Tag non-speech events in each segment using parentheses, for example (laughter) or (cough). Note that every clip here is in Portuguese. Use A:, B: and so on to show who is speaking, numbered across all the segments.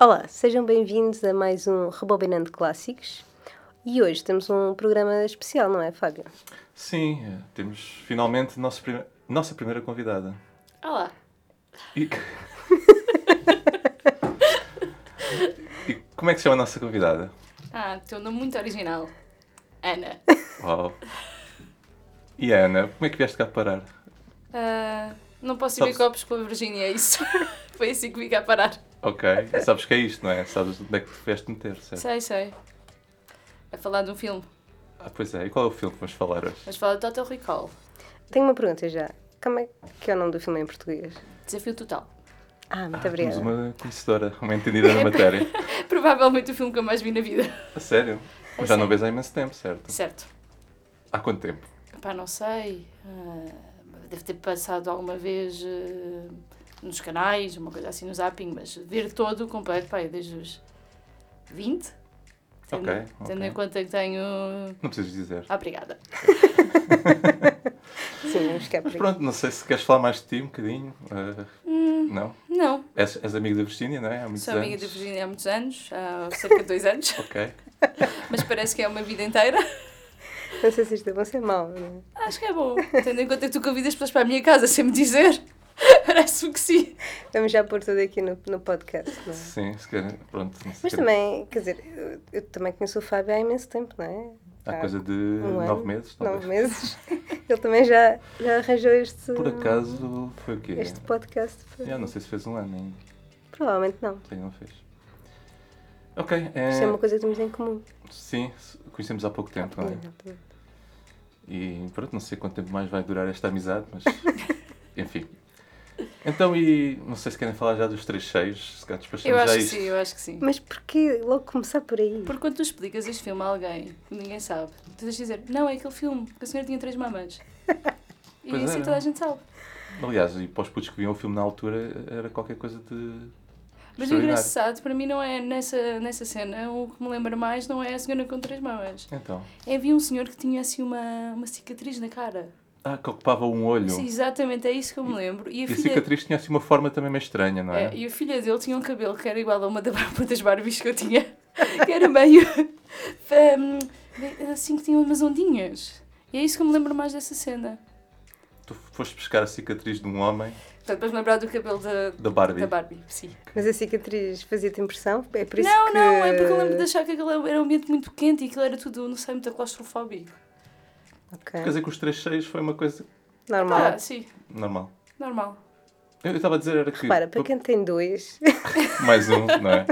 A: Olá, sejam bem-vindos a mais um Rebobinando Clássicos. E hoje temos um programa especial, não é, Fábio?
B: Sim, eh, temos finalmente nosso prime- nossa primeira convidada.
C: Olá.
B: E...
A: (laughs)
B: E como é que se chama a nossa convidada?
C: Ah, teu nome muito original. Ana.
B: Uau! E a Ana, como é que vieste cá parar?
C: Ah, não posso
B: Sabes-
C: beber copos com a Virgínia, é isso. (laughs) Foi assim que vim cá parar.
B: Ok, sabes que é isto, não é? Sabes onde é que te vieste meter, certo?
C: Sei, sei. A falar de um filme.
B: Ah, pois é, e qual é o filme que vamos falar hoje?
C: Mas fala de Total Recall.
A: Tenho uma pergunta já. Como é que é o nome do filme em português?
C: Desafio total.
A: Ah, muito
B: Ah,
A: obrigada.
B: Temos uma conhecedora, uma entendida na matéria.
C: Provavelmente o filme que eu mais vi na vida.
B: A sério?
A: É
B: Mas já não vês há imenso tempo, certo?
C: Certo.
B: Há quanto tempo?
C: Pá, não sei. Ah, deve ter passado alguma vez eh, nos canais, uma coisa assim no zapping, mas ver todo o completo, pá, é desde os 20. Tendo,
B: Ok,
C: tendo
B: ok.
C: em conta que tenho.
B: Não precisas dizer.
C: Ah, obrigada.
A: Sim, vamos ficar por
B: Mas
A: aí.
B: pronto, não sei se queres falar mais de ti um bocadinho. ah,
A: Hum.
B: Não?
C: Não,
B: És, és amigo da Virgínia, não é? Há muitos
C: Sou
B: anos.
C: amiga da Virginia há muitos anos, há cerca de dois
B: (laughs)
C: anos,
B: Ok.
C: mas parece que é uma vida inteira.
A: Não sei se isto é bom ou se é mau, não é?
C: Acho que é bom, tendo em conta que tu convidas pessoas para a minha casa sem me dizer. (laughs) Parece-me que sim.
A: Vamos já pôr tudo aqui no, no podcast, não é?
B: Sim, se calhar. Pronto. não sei
A: Mas
B: se calhar.
A: também, quer dizer, eu, eu também conheço o Fábio há imenso tempo, não é?
B: Há coisa de
A: um ano,
B: nove meses, talvez.
A: Nove meses. (laughs) Ele também já, já arranjou este,
B: Por acaso é. foi o quê?
A: este podcast. para-
B: Eu não sei se fez um ano ainda.
A: Provavelmente não.
B: Sei, não fez. Ok. é-
A: Isto é uma coisa que temos em comum.
B: Sim, conhecemos há pouco tempo, não é?
A: Exatamente.
B: E pronto, não sei quanto tempo mais vai durar esta amizade, mas. (laughs) Enfim. Então, e não sei se querem falar já dos três cheios, se calhar despachamos
C: Eu acho
B: já
C: que
B: isto.
C: sim, eu acho que sim.
A: Mas porquê logo começar por aí?
C: Porque quando tu explicas este filme a alguém que ninguém sabe, tu deixas de dizer, não, é aquele filme que a senhora tinha três mamas. E
B: Pois é,
C: assim
B: era.
C: toda a gente sabe.
B: Aliás, e para os putos que viam o filme na altura, era qualquer coisa de.
C: Mas o
B: extraordinário.
C: engraçado para mim não é nessa, nessa cena, o que me lembra mais não é a senhora com três mamas.
B: Então.
C: É havia um senhor que tinha assim uma, uma cicatriz na cara.
B: Ah, que ocupava um olho.
C: Sim, exatamente, é isso que eu me lembro. E a
B: E a
C: filha,
B: cicatriz tinha assim uma forma também meio estranha, não é?
C: é, e a filha dele tinha um cabelo que era igual a uma da- uma das Barbies que eu tinha, (laughs) que era meio. hum, assim que tinha umas ondinhas. E é isso que eu me lembro mais dessa cena.
B: Tu foste pescar a cicatriz de um homem,
C: Portanto, depois me lembrar do cabelo da,
B: da Barbie.
C: da Barbie, sim.
A: Mas a cicatriz fazia-te impressão? É por isso
C: não,
A: que...
C: não, é porque eu lembro de achar que aquilo era um ambiente muito quente e aquilo era tudo, não sei, muito claustrofóbico.
A: Ok,
B: Quer dizer que os três cheios foi uma coisa
A: normal.
C: Ah, sim,
B: normal.
C: normal.
B: Eu eu estava a dizer era que.
A: Repara, para quem tem dois,
B: (laughs)
A: (laughs)
B: Mais um, não é?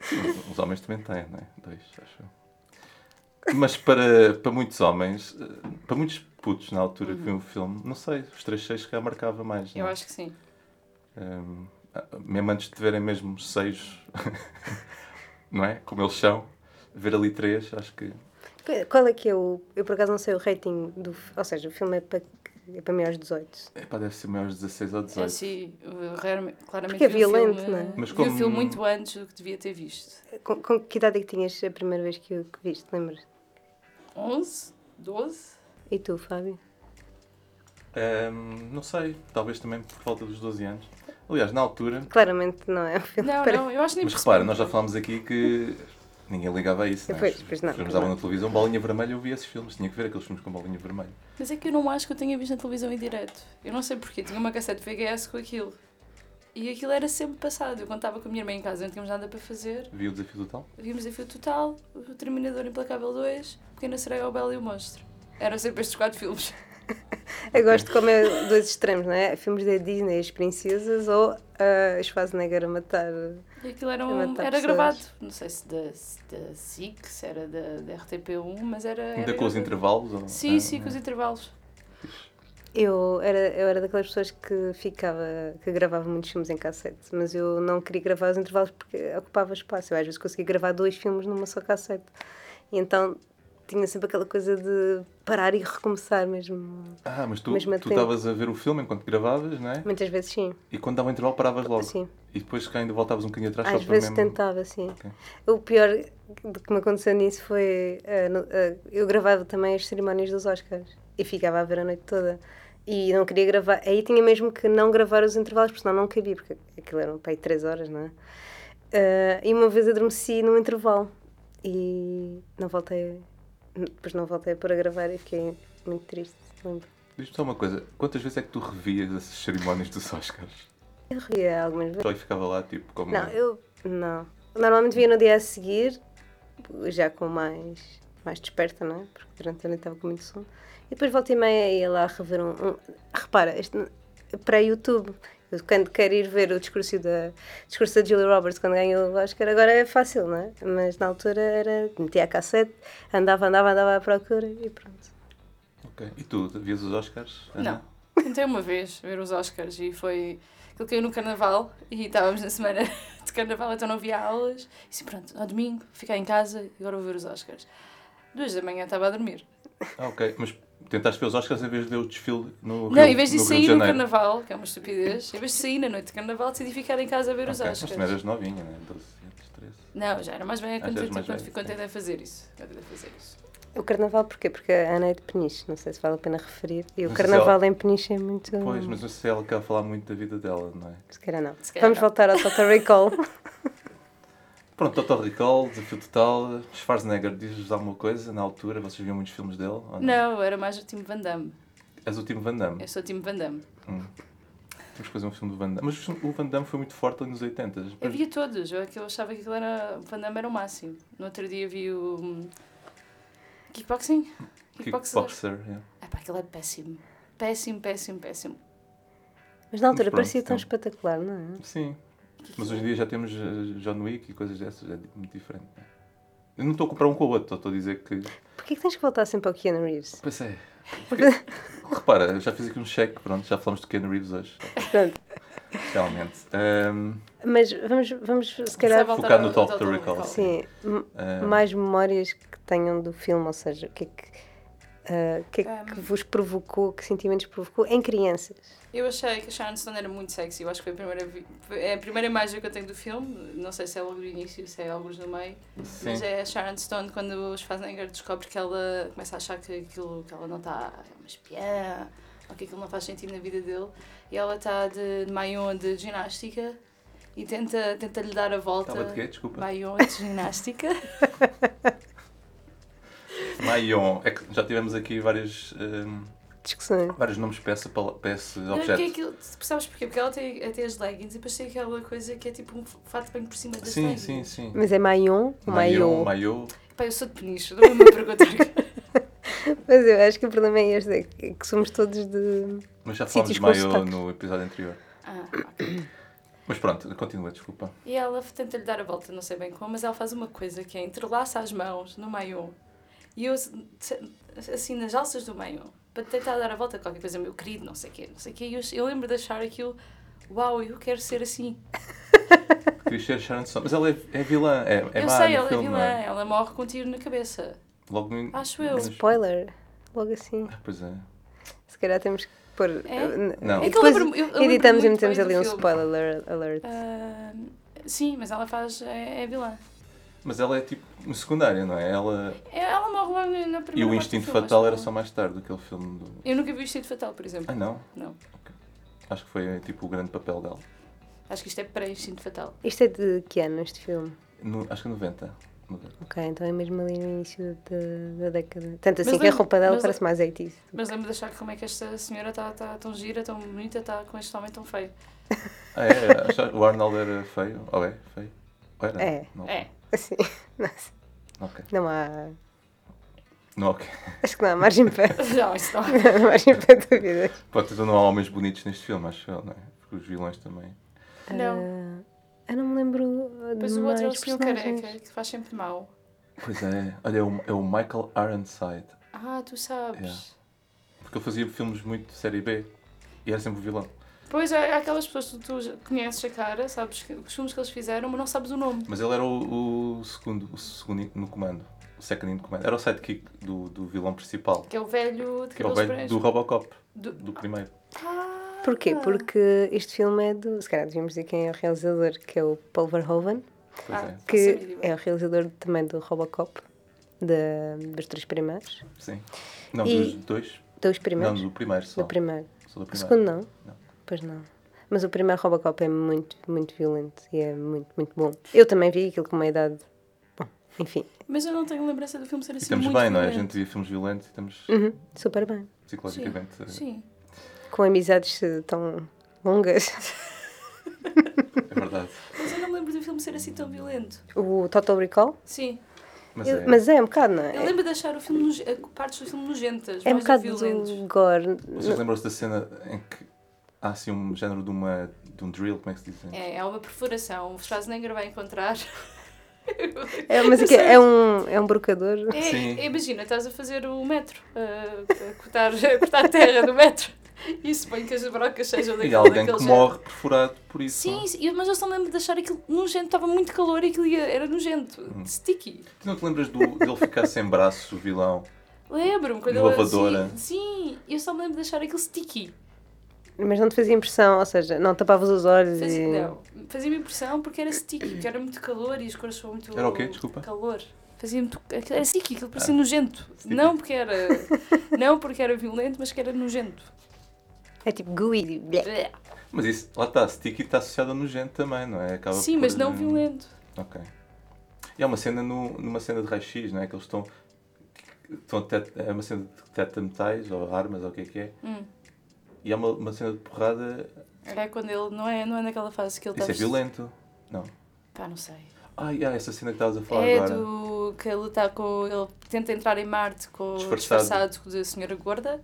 B: Sim, Os homens também têm, não é? Dois, acho eu. Mas para, para muitos homens, eh, para muitos putos na altura que viam o filme, não sei, os três cheios que a marcava mais.
C: Uhum. Eu
B: não é?
C: acho que sim.
B: Hum, ah, mesmo antes de verem mesmo os seis, (laughs) não é? Como eles são, ver ali três, acho que.
A: qual é que é o... Eu por acaso não sei o rating do... Ou seja, o filme é para, é para maiores de 18.
B: Epá, deve ser maiores de 16 ou 18.
C: É,
A: assim.
C: sim, eu raramente- claramente
A: Porque é
C: vi o filme,
A: violento, não é?
B: Mas
C: vi
B: como-
C: o filme muito antes do que devia ter visto.
A: Com, com que idade é que tinhas a primeira vez que, o- que viste, lembras?
C: 11, 12?
A: E tu, Fábio?
B: Hum, não sei, talvez também por falta dos 12 anos. Aliás, na altura,
A: Claramente não é um filme
C: Não,
A: para...
C: não, eu acho que nem
B: mas
C: percebi.
B: repara, nós já falámos aqui que ninguém ligava a isso, não é?
A: Pois,
B: Os-
A: pois não,
B: Os
A: pois
B: filmes davam
A: não.
B: na televisão, bolinha vermelha, eu via esses filmes, tinha que ver aqueles filmes com bolinha vermelha.
C: Mas é que eu não acho que eu tenha visto na televisão em direto. Eu não sei porquê, tinha uma cassete VHS com aquilo. E aquilo era sempre passado. Eu contava com a minha irmã em casa, não tínhamos nada para fazer.
B: Vi o Desafio Total?
C: Vimos Desafio Total, O Terminador Implacável 2, Pequena Sereia, O Belo e o Monstro. Eram sempre estes quatro filmes.
A: Eu gosto como é dois extremos, não é? Filmes da Disney, as princesas ou uh, Schwarzenegger a matar...
C: E aquilo era,
A: A
C: um,
A: matar
C: era
A: pessoas.
C: gravado. Não sei se da, se da SIC, se era da, da RTP1, mas era.
A: É,
B: Ainda
C: era
B: com os
C: gravado.
B: intervalos? ou-
C: Sim,
B: Ah,
C: sim, com os intervalos.
A: Eu era, eu era daquelas pessoas que ficava, que gravava muitos filmes em cassete, mas eu não queria gravar os intervalos porque ocupava espaço. Eu às vezes conseguia gravar dois filmes numa só cassete. E então tinha sempre aquela coisa de parar e recomeçar mesmo.
B: Ah, mas tu
A: Mesmo a
B: tu
A: tempo.
B: estavas a ver o filme enquanto gravavas, não é?
A: Muitas vezes sim.
B: E quando dava um intervalo paravas logo.
A: Sim.
B: E depois cá ainda voltavas um bocadinho atrás
A: Às
B: só
A: vezes
B: para mesmo...
A: tentava, sim.
B: Ok.
A: O pior do que me aconteceu nisso foi. ah, no- ah, eu gravava também as cerimónias dos Oscars e ficava a ver a noite toda. E não queria gravar. Aí tinha mesmo que não gravar os intervalos, porque senão não cabia, porque aquilo eram para aí 3 horas, não é? Ah, e uma vez adormeci num intervalo e não voltei, depois não voltei para gravar e fiquei muito triste, lembro.
B: Diz-me só uma coisa, quantas vezes é que tu revias essas cerimónias dos Oscars?
A: Eu ria algumas vezes.
B: Só e ficava lá, tipo, como...
A: Não, eu não. Normalmente via no dia a seguir, já com mais, mais desperta, não é? Porque durante a noite estava com muito sono. E depois volta e meia ia lá rever um. um- repara, este, para YouTube, eu quando quero ir ver o discurso da, discurso da Julia Roberts quando ganhou o Oscar, agora é fácil, não é? Mas na altura era. metia a cassete, andava, andava, andava à procura e pronto.
B: Ok. E tu, vias os Oscars? Ah, Ana?
C: Não. Tentei uma vez ver os Oscars e foi. Aquilo caiu no carnaval e estávamos na semana (laughs) de carnaval, então não havia aulas. E disse, pronto, ao domingo, ficar em casa e agora vou ver os Oscars. Duas da manhã estava a dormir.
B: Ah, ok. Mas tentaste ver os Oscars em vez de ver o desfile no
C: não,
B: Rio,
C: em vez de
B: no Rio
C: sair
B: de
C: no
B: Janeiro.
C: carnaval, que é uma estupidez, em vez de sair na noite de carnaval, decidi ficar em casa a ver os
B: Ok, Mas também
C: Oscars.
B: eras novinha, né? 12, 13.
C: Não, já era mais bem
B: Ah, já
C: quando,
B: eras mais
C: quando,
B: velha,
C: quando
B: sim.
C: tentei fazer isso. Quando tentei fazer isso.
A: O carnaval porquê? Porque a Ana é de Peniche, não sei se vale a pena referir. E o
B: Mas
A: carnaval em Peniche é muito.
B: Pois, mas eu sei ela quer falar muito da vida dela, não é?
A: Se calhar não.
C: Se calhar
A: Vamos
C: não.
A: voltar ao Total Recall.
B: Pronto, Total Recall, Desafio Total, Schwarzenegger, diz-vos alguma coisa na altura? Vocês viam muitos filmes dele? ou
C: Não, eu era mais o time Van Damme.
B: És o time Van Damme.
C: Eu sou o time Van Damme.
B: Temos que fazer um filme do Van Damme. Mas o filme- o Van Damme foi muito forte ali nos 80.
C: Eu via todos, eu, é que eu achava que aquilo era. O Van Damme era o máximo. No outro dia vi o. hum, Kickboxing? Kickboxer.
B: Kickboxer, yeah.
C: Ah, pá, aquilo é péssimo. Péssimo, péssimo, péssimo.
A: Mas na altura
B: pronto,
A: parecia tão
B: então.
A: espetacular, não é?
B: Sim. Mas hoje em dia já temos eh, John Wick e coisas dessas, é muito diferente. não é? Eu não estou a comprar um com o outro, só estou a dizer que.
A: Porquê que tens que voltar sempre ao Keanu Reeves? (laughs)
B: Pensei. Porque- Repara, eu já fiz aqui um cheque, pronto, já falamos do Ken Reeves hoje.
A: Pronto.
B: Realmente. Ahm,
A: Mas vamos, vamos se
C: Só
A: calhar,
C: voltar
B: Focar no
C: ao-
B: Total
C: ao Total
B: Recall.
C: Recall.
A: sim, m-
B: ahm,
A: mais memórias que tenham do filme, ou seja, o que é que, ah, o que, é que
C: Um.
A: vos provocou, que sentimentos provocou em crianças?
C: Eu achei que a Sharon Stone era muito sexy. Eu acho que foi a primeira, vi- é a primeira imagem que eu tenho do filme. Não sei se é logo no início, se é alguns no meio.
B: sim.
C: Mas é a Sharon Stone quando o Schwarzenegger descobre que ela começa a achar que aquilo que ela não está é uma espiã ou que aquilo não faz sentido na vida dele e ela está de, de maiô de ginástica e tenta, tenta lhe dar a volta
B: Estava de quê? Desculpa.
C: maiô de
B: (laughs)
C: ginástica
B: Maion. É que já tivemos aqui várias, ahm,
A: Discussões.
B: vários nomes para esse, pala- para esse
C: não é porque é
B: objeto.
C: aquilo, sabes porquê? Porque ela tem até as leggings e depois tem aquela coisa que é tipo um fato bem por cima das
B: Sim,
C: leggings
B: sim, sim.
A: Mas é Mayon ou Mayon?
B: Maion, Maiô.
C: Pá, eu sou de peniche, não me perguntar
B: (laughs)
A: Mas eu acho que o problema é este, é que que somos todos de...
B: Mas já falámos
A: Sítios
B: de
A: com
B: Maiô
A: sotaques.
B: no episódio anterior.
C: ah, ok.
B: Mas pronto, continua, desculpa.
C: E ela tenta lhe dar a volta, não sei bem como, mas ela faz uma coisa que é entrelaça as mãos no maiô e eu, se- assim, nas alças do maiô, para tentar dar a volta a qualquer coisa, meu querido, não sei o quê, não sei o quê. E eu, eu lembro de achar aquilo, uau, eu quero ser assim.
B: Queria ser Sharon Stone. Mas ela é, é vilã. É, é
C: eu
B: má
C: sei,
B: no
C: ela
B: filme,
C: é vilã,
B: não é?
C: ela morre com um tiro na cabeça.
B: Logo no in-
C: Acho eu.
B: mas-
A: Spoiler, logo assim.
B: Ah, Pois é.
A: Se calhar temos que pôr... eh,
C: É?
B: Não.
C: É que eu
A: Depois
C: lembro-me- eu- eu lembro-me
A: editamos e
C: muito
A: metemos
C: bem
A: ali
C: do
A: um
C: filme.
A: spoiler alert.
C: Ah, sim, mas ela faz, é, é vilã.
B: Mas ela é tipo uma secundária, não é? Ela...
C: É, Ela morre logo na
B: E
C: primeira
B: o
C: parte do
B: Instinto
C: filme,
B: Fatal
C: acho
B: era
C: que
B: só mais tarde, aquele filme do...
C: não. Eu nunca vi o Instinto Fatal, por exemplo.
B: Ah, não?
C: Não.
B: Acho que foi tipo o grande papel dela.
C: Acho que isto é pré-Instinto Fatal.
A: Isto é de que ano este filme?
B: No- acho que 90. 90.
A: Ok, então é mesmo ali no início da, da década. Tanto assim
C: Mas
A: que a
C: lem-
A: roupa dela
C: mas-
A: parece mais 80s.
C: Mas lembro de achar como é que esta senhora está tá tão gira, tão bonita, está com este homem tão feio.
B: Ah, é, é, acha- o Arnold era feio? Ou é feio? Ou era?
A: É.
B: Não,
C: É.
A: (laughs)
C: (laughs)
A: Assim, não, sei,
B: Ok.
A: não há.
B: Não, ok.
A: Acho que não há margem para. (laughs)
C: Não, isso não.
A: Não há margem para dúvidas.
B: Pronto, então não há homens bonitos neste filme, acho eu, não é? Porque os vilões também.
C: Não.
A: Ah, eu não me lembro.
C: Depois
A: de
C: o outro é o
A: mais
C: senhor
A: personagens.
C: careca, que faz sempre mal.
B: Pois é. Olha, é o, é o Michael Ironside.
C: Ah, tu sabes.
B: Porque ele fazia filmes muito de série B. E era sempre o vilão.
C: Pois é, há aquelas pessoas que tu já conheces a cara, sabes que- os filmes que eles fizeram, mas não sabes o nome.
B: Mas ele era o, o segundo, o segundo in- no comando. O second in comando. Era o sidekick do, do vilão principal.
C: Que é o velho de
B: Que é o
C: cabelos
B: velho do
C: brancos.
B: Robocop,
C: Do...
B: do primeiro.
C: Ah!
A: Porquê? Porque este filme é do. Se calhar devíamos dizer quem é o realizador, que é o Paul Verhoeven,
B: Pois
C: Ah,
B: é.
C: faço a
A: que
C: mínima.
A: é o realizador também do Robocop, da- dos três primeiros.
B: Sim. Não,
A: E-
B: dos dois.
A: Dos
B: Não,
A: primeiros?
B: do primeiro só.
A: do primeiro.
B: Só do
A: O
B: primeiro.
A: segundo não?
B: é. Não.
A: Pois não. Mas o primeiro Robocop é muito, muito violento e é muito, muito bom. Eu também vi aquilo com uma idade. Bom, enfim,
C: Mas eu não tenho lembrança do filme ser assim
B: estamos
C: muito
B: bem, não é? A
C: violento.
B: gente via filmes violentos e estamos
A: uhum, super bem.
B: psicologicamente. eh,
C: Sim.
A: Com amizades eh, tão longas. (laughs)
B: É verdade.
C: Mas eu não me lembro do filme ser assim tão violento.
A: O Total Recall?
C: Sim.
B: Mas
A: Eu-
B: é.
A: Mas é um bocado, não
C: Eu
A: é?
C: lembro de achar o filme noje- a- partes do filme nojentas,
A: É um
C: mais
A: bocado
C: violentos.
A: do gore.
B: Vocês lembram-se da cena em que há assim um género de, uma, de um drill, como é que se diz?
C: É, é uma perfuração. O Schwarzenegger
B: (laughs)
C: vai encontrar.
A: É, mas é, que é um, é um brocador.
C: É,
B: Sim.
C: imagina, estás a fazer o metro, a, a cortar, a cortar terra do metro. E suponho que as brocas sejam daquele
B: E há alguém
C: é daquele
B: que
C: género.
B: morre perfurado por isso.
C: Sim,
B: não é?
C: sim, eu- mas eu só me lembro de achar aquilo nojento, estava muito calor e aquilo ia- era nojento,
B: Hum.
C: sticky.
B: Tu não te lembras do, dele ficar sem braços, o vilão?
C: Lembro-me quando
B: De
C: eu
B: lavadora.
C: Sim, sim, eu só me lembro de achar aquilo sticky.
A: Mas não te fazia impressão, ou seja, não tapavas os olhos
C: Fazia,
A: e.
C: não, fazia-me impressão porque era sticky, porque era muito calor e as cores foram muito.
B: Era o quê? Desculpa.
C: Calor. Fazia muito. aquilo Era sticky, aquilo parecia
B: Ah,
C: nojento.
B: sticky.
C: Não porque era. não porque era violento, mas que era nojento.
A: É tipo gooey. blé.
C: Blé.
B: Mas isso, lá está, sticky está associado a nojento também, não é? Acaba
C: Sim,
B: por,
C: mas não
B: eh,
C: violento.
B: Ok. E há uma cena no- numa cena de raio-x, não é? Que eles estão. estão a tet- é uma cena de detecta metais ou armas ou o que é que é.
C: Hum.
B: E há uma, uma cena de porrada.
C: É quando ele não é, não é naquela fase que ele
B: Isso
C: está.
B: é violento. Não.
C: Pá, não sei.
B: Ai, ah, essa cena que estavas a falar
C: é
B: agora.
C: do que ele está com. Ele tenta entrar em Marte com
B: Disfarçado.
C: disfarçado, da senhora gorda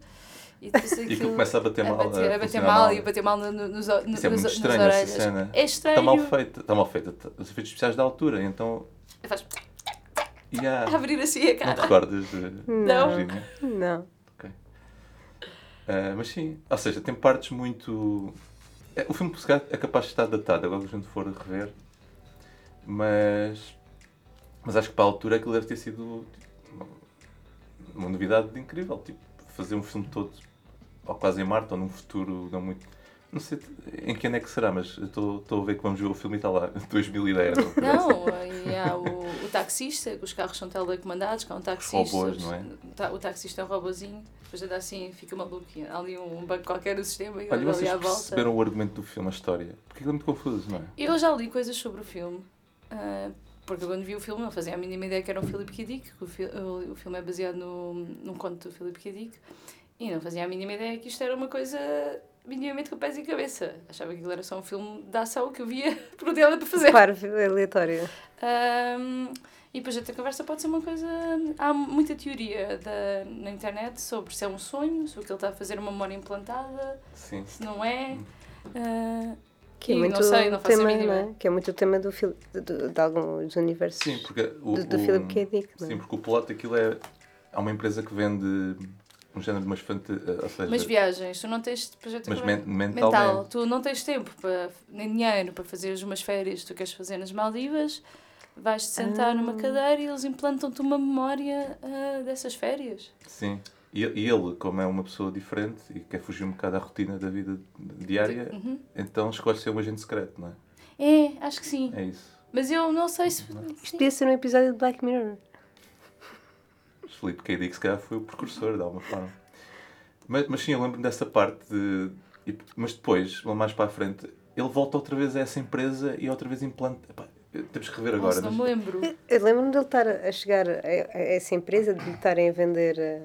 C: e depois
B: (laughs) E aquilo começa a bater mal.
C: a bater, a bater
B: funcionar
C: mal, e a bater mal no, no, nos, o- no,
B: Isso é
C: nos,
B: muito
C: nas
B: estranho, essa
C: orelhas.
B: cena.
C: É estranho.
B: Está mal feita. Está mal feita. tá- Os efeitos especiais da altura.
C: (laughs)
B: Então.
C: Ele Faz
B: E há.
C: a (laughs) abrir assim a
B: Não te
C: cara.
B: recordas de.
A: Não.
B: Virginia?
C: é.
A: Não.
B: Ah, mas sim, ou seja, tem partes muito. é, o filme, se calhar, é capaz de estar datado, agora que a gente for rever. Mas. Mas acho que para a altura aquilo deve ter sido uma, uma novidade incrível. Tipo, fazer um filme todo, ou quase em Marte, ou num futuro não muito. Não sei em que ano é que será, mas eu estou estou a ver que vamos ver o filme e está lá, (laughs) 2010. ou coisa assim.
C: Não, e há o, o taxista, que os carros são telecomandados, que há um taxista.
B: robôs, não é?
C: ta- O taxista é um robozinho, depois anda assim, fica maluco. e há ali um banco qualquer no sistema e
B: Olha,
C: olha ali
B: vocês
C: à volta.
B: perceberam o argumento do filme, a história? Porque aquilo é muito confuso, não é?
C: Eu já li coisas sobre o filme, ah, porque quando vi o filme não fazia a mínima ideia que era um Philip K. Dick, que o, fi- o- o filme é baseado no, num conto do Philip K. Dick, e não fazia a mínima ideia que isto era uma coisa minimamente com pés e cabeça. Achava que aquilo era só um filme de ação que eu via (laughs) por dela para fazer.
A: Claro, aleatório.
C: Ahm, e depois a conversa pode ser uma coisa. Há muita teoria da, na internet sobre se é um sonho, se o que ele está a fazer é uma memória implantada,
B: Sim.
C: se não é. Ah,
B: Hum.
A: Que é
C: e
A: muito
C: não sei, não faço a
A: tema,
C: mínima.
A: não é? Que é muito o tema do, fil- do- de alguns universos
B: Sim, porque o,
A: do, do
B: o-
A: Philip K. Dick, não é?
B: Sim, porque o piloto aquilo é. Há uma empresa que vende um género de umas fantasias. Ou seja,
C: Mas viagens, tu não tens projeto
B: eh, mas men
C: acabado.
B: mentalmente.
C: mental, tu não tens tempo para, nem dinheiro para fazeres umas férias que tu queres fazer nas Maldivas, vais-te sentar
A: Ah.
C: numa cadeira e eles implantam-te uma memória ah, dessas férias.
B: Sim. E, e ele, como é uma pessoa diferente e quer fugir um bocado da rotina da vida diária,
C: Uhum.
B: então escolhe ser um agente secreto, não é?
C: É, acho que sim.
B: É isso.
C: Mas eu não sei se.
A: Isto podia ser um episódio de Black Mirror.
B: Felipe K. Dick, se calhar, foi o precursor, de alguma forma. Mas, mas sim, eu lembro-me dessa parte. De, e- mas depois, lá mais para a frente, ele volta outra vez a essa empresa e outra vez implanta. Epá, temos que rever agora.
C: Nossa, não
B: mas-
C: me lembro.
A: Eu lembro-me dele estar a chegar a, a essa empresa, de lhe estarem a vender eh,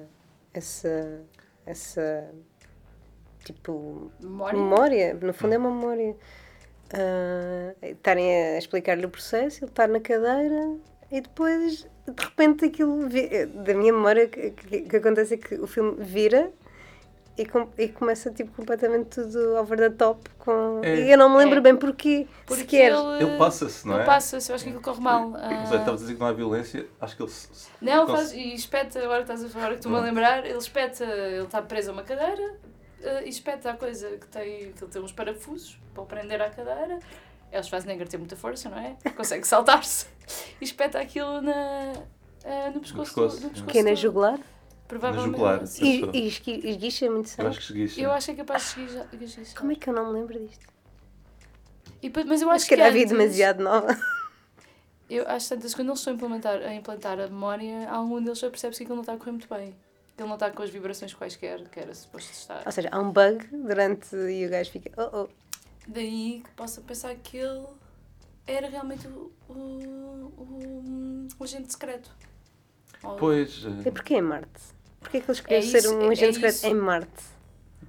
A: essa. essa. tipo.
C: Memória?
A: memória. No fundo é uma memória. Ah, estarem a explicar-lhe o processo, ele estar na cadeira e depois, de repente, aquilo. vi- da minha memória, o que, que- que acontece é que o filme vira. E, com- e começa tipo completamente tudo over the top com...
B: É.
A: e eu não me lembro
C: É.
A: bem porquê sequer
B: Ele passa-se, não
C: ele
B: é? Então,
C: passa-se, eu acho que aquilo corre mal.
B: Mas
C: Ah,
B: estava a dizer que não há violência, acho que ele. se- se-
C: Não,
B: cons-
C: faz, e espeta, agora que estás a falar que estou-me a
B: Pronto.
C: lembrar, ele espeta, ele está preso a uma cadeira eh, e espeta a coisa que tem, que ele tem uns parafusos para o prender à cadeira. É Eles fazem negar ter muita força, não é? Consegue (laughs) saltar-se e espeta aquilo na, eh, no pescoço.
B: pescoço,
C: do- no
B: é.
C: pescoço
A: que é na
C: do-
A: jugular
C: Provavelmente.
B: Na jugular.
C: sim.
A: e,
B: Pessoa.
A: e esqui- esguicha muito
B: Eu
A: sangue
B: acho que seguiste.
C: Eu acho que é capaz de seguir.
A: como é que eu não me lembro disto?
C: E depois- mas eu
A: acho que era a vida demasiado nova (laughs)
C: Eu acho tantas quando eles estão a implementar, a implantar a memória, algum deles já percebe que ele não está a correr muito bem. Que ele não está com as vibrações quaisquer que era suposto estar.
A: Ou seja, há um bug durante e o gajo fica, oh oh,
C: Daí que possa pensar que ele era realmente o, o, o, o agente secreto. Ou-
B: Pois, eh,
A: E porquê é em Marte? Porquê que ele escolheu
C: É
A: ser
C: isso,
A: um
C: é- é
A: agente secreto
C: isso.
A: em Marte?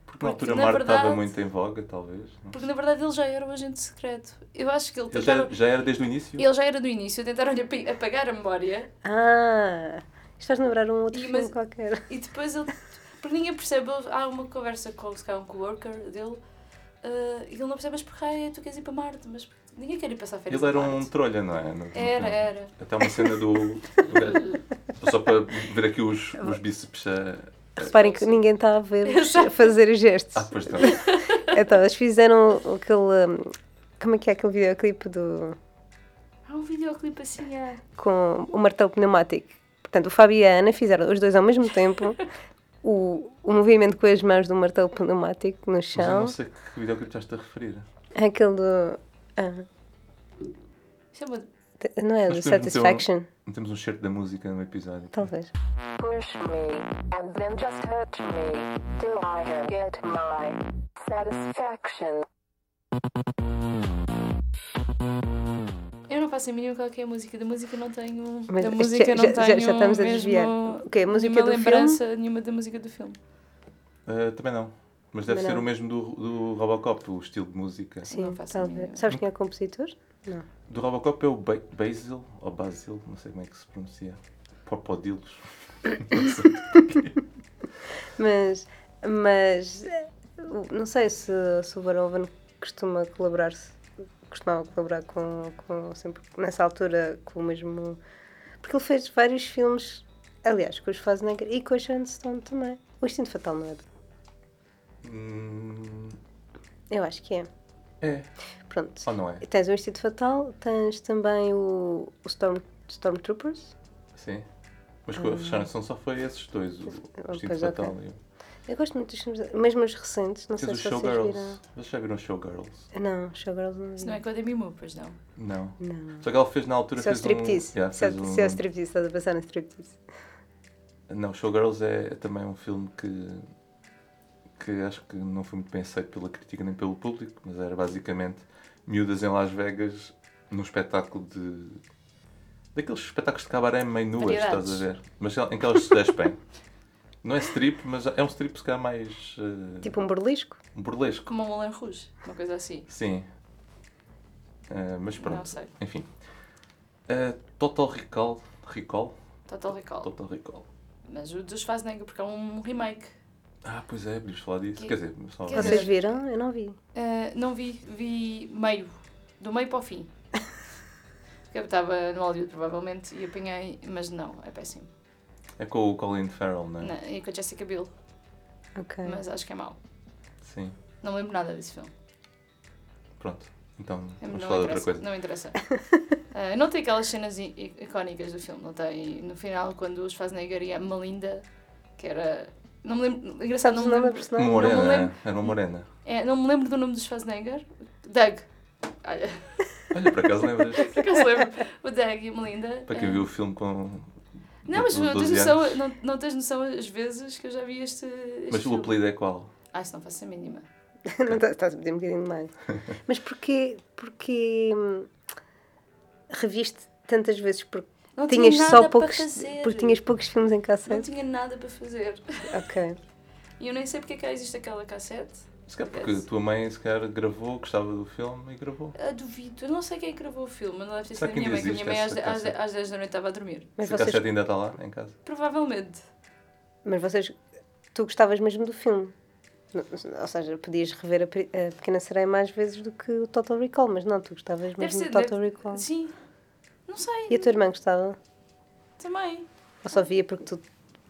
B: porque na altura
C: na
B: Marte estava
C: verdade-
B: muito em voga, talvez. não?
C: Porque na verdade ele já era o agente secreto. Eu acho que ele
B: Ele já,
C: tentaram.
B: já era desde o início?
C: Ele já era do início, tentaram-lhe ap- apagar a memória
A: Ah, estás a lembrar um outro
C: E,
A: filme
C: mas- (laughs)
A: qualquer.
C: E depois ele. Porque ninguém percebe. ele- Há uma conversa com se calhar, um coworker dele ah, e ele não percebe, mas porquê é tu queres ir para Marte? Mas ninguém quer ir passar férias.
B: Ele era
C: a
B: um
C: Marte.
B: trolha, não é? No- no
C: Era,
B: filme.
C: era.
B: Até uma cena do. do
C: (laughs)
B: gajo- Só para ver aqui os, os bíceps. eh. a-
A: Reparem que ninguém está a ver
C: (laughs) Exato.
A: fazer os gestos.
B: Ah, pois não.
A: Então, eles fizeram aquele. hum, Como é que é aquele videoclipe do.
C: Há um videoclipe assim, é.
A: com o martelo pneumático. Portanto, o Fábio e a Ana fizeram os dois ao mesmo tempo o, o movimento com as mãos do martelo pneumático no
B: Mas eu
A: chão.
B: não sei que videoclipe estás a referir.
A: Aquele do. ah,
C: Chama
A: t- não é?
B: Mas
A: Do
B: podemos meter um-
A: Satisfaction,
B: Não temos um cheiro da música no episódio.
C: Então.
A: talvez.
D: Push me, and then just hurt me, till I get my satisfaction.
C: Eu não faço a mínima qual que é a música. Da música não tenho.
A: Mas
C: da
A: isto
C: música
A: já-
C: não
A: já- já-
C: tenho.
A: já estamos a
C: mesmo
A: desviar. O quê? A música
C: nenhuma
A: do
C: lembrança nenhuma da música do filme.
B: Ah, também não. Mas deve
A: Também
B: ser
A: não.
B: o mesmo do, do Robocop, o estilo de música.
A: Sim,
C: faço a mínima.
A: talvez. Sabes quem é o compositor? Não.
B: Do Robocop é o Ba- Basil, ou Basil, não sei como é que se pronuncia. Popodilos.
A: Mas. Mas. eh, o- Não sei se, se o Verhoeven costuma colaborar. Costumava colaborar com, com. sempre nessa altura com o mesmo. Porque ele fez vários filmes, aliás, com os Schwarzenegger e com a Sharon Stone também. O Instinto Fatal não é? dele.
B: Hum,
A: Eu acho que é.
B: é,
A: Pronto.
B: ou não é?
A: E Tens o Instinto Fatal, tens também o, o Storm, Stormtroopers.
B: Sim. Mas com a Sharon só foi esses dois, o
A: Ah,
B: Instinto
A: pois,
B: Fatal
A: Ah. ok.
B: e o-
A: Eu gosto muito dos filmes, mesmo os recentes, não
B: Fez
A: sei
B: o
A: se vocês viram.
B: Showgirls. Vocês já viram Showgirls?
A: Não, Showgirls não
C: Se não é
A: vi.
C: com a Demi Moore, pois não.
B: Não.
A: Não.
B: Só que ela fez na altura.
A: Se é o
B: fez um-
A: striptease.
B: Yeah,
A: Se é
B: fez um-
A: se é o striptease, estás a pensar no striptease.
B: Não, Showgirls é, é também um filme que, que acho que não foi muito bem aceito pela crítica nem pelo público, mas era basicamente miúdas em Las Vegas num espetáculo de. daqueles espetáculos de cabaré meio nuas,
C: Variedades.
B: estás a ver? Mas em que elas se
A: (laughs)
B: despem. não é strip, mas é um strip se calhar mais. eh,
A: Tipo um burlisco.
B: burlesco.
C: Como a Moulin Rouge, uma coisa assim.
B: Sim. Eh, mas
C: Não
B: pronto,
C: sei.
B: enfim. Eh, Total Recall. Recall?
C: Total Recall.
B: Total Recall.
C: Mas o dos Schwarzenegger, porque é um remake.
B: Ah, pois é, podíamos falar disso.
C: Que-
B: Quer dizer, só...
C: Quer
A: Vocês
C: dizer-
A: viram? Eu não vi.
C: Uh, não vi, vi meio, do meio para o
B: (laughs)
C: fim. Porque eu estava no Hollywood provavelmente e apanhei, mas não, é péssimo.
B: É com o Colin Farrell, não é?
C: Na- E com a Jessica Biel,
B: Ah.
A: Ok.
C: mas acho que é mau.
B: Sim.
C: Não me lembro nada desse filme.
B: Pronto. Então
C: Não
B: vamos falar de outra
C: interessa,
B: coisa.
C: Não interessa.
B: (laughs)
C: Uh, não tem aquelas cenas i- i- icónicas do filme, não tem. No final, quando os Schwarzenegger e a Melinda, que era. Não me lembro. Engraçado,
A: Sabes
C: não
A: o
C: me
A: nome da
C: lembro.
A: personagem?
B: Uma morena,
C: não me
B: é?
C: lembro.
B: era uma morena.
C: É, não me lembro do nome do Schwarzenegger. Doug. Olha,
B: Olha, por acaso lembras?
C: (laughs) por acaso lembro. (laughs) O Doug e a Melinda.
B: Para quem
C: eh,
B: viu o filme com.
C: Não, mas
B: com
C: não tens,
B: 12
C: noção,
B: anos.
C: não, não tens noção as vezes que eu já vi este. este
B: Mas o
C: filme.
B: apelido é qual?
C: Ah, isso não faço a mínima.
A: (laughs) Não tá- Estás a pedir um bocadinho
B: (laughs)
A: mais. Mas porquê, porquê hum, reviste tantas vezes? Porque
C: Não
A: tinhas
C: tinha
A: só
C: nada
A: poucos.
C: Para fazer.
A: Porque tinhas poucos filmes em
C: Não
A: cassete?
C: tinha nada para fazer. (laughs)
A: Ok.
C: E eu nem sei porque é que existe aquela cassete.
B: Se calhar porque a tua mãe se calhar gravou, gostava do filme e gravou.
C: Ah, duvido. Eu não sei quem é que gravou o filme. Não deve ter sido
B: Será
C: a
B: que
C: minha
B: ainda
C: mãe, que a minha
B: existe
C: mãe às,
B: essa
C: às,
B: cassete?
C: às 10 da noite estava a dormir.
A: Mas
B: Se a cassete
A: vocês,
B: ainda está lá né, em casa.
C: Provavelmente.
A: mas vocês. Tu gostavas mesmo do filme? Não- Ou seja, podias rever a, Pe- a Pequena Sereia mais vezes do que o Total Recall, mas não, tu gostavas mesmo
C: ser,
A: do Total Recall.
C: Sim. Não sei.
A: E a tua irmã gostava?
C: Também.
A: Ou só via porque tu.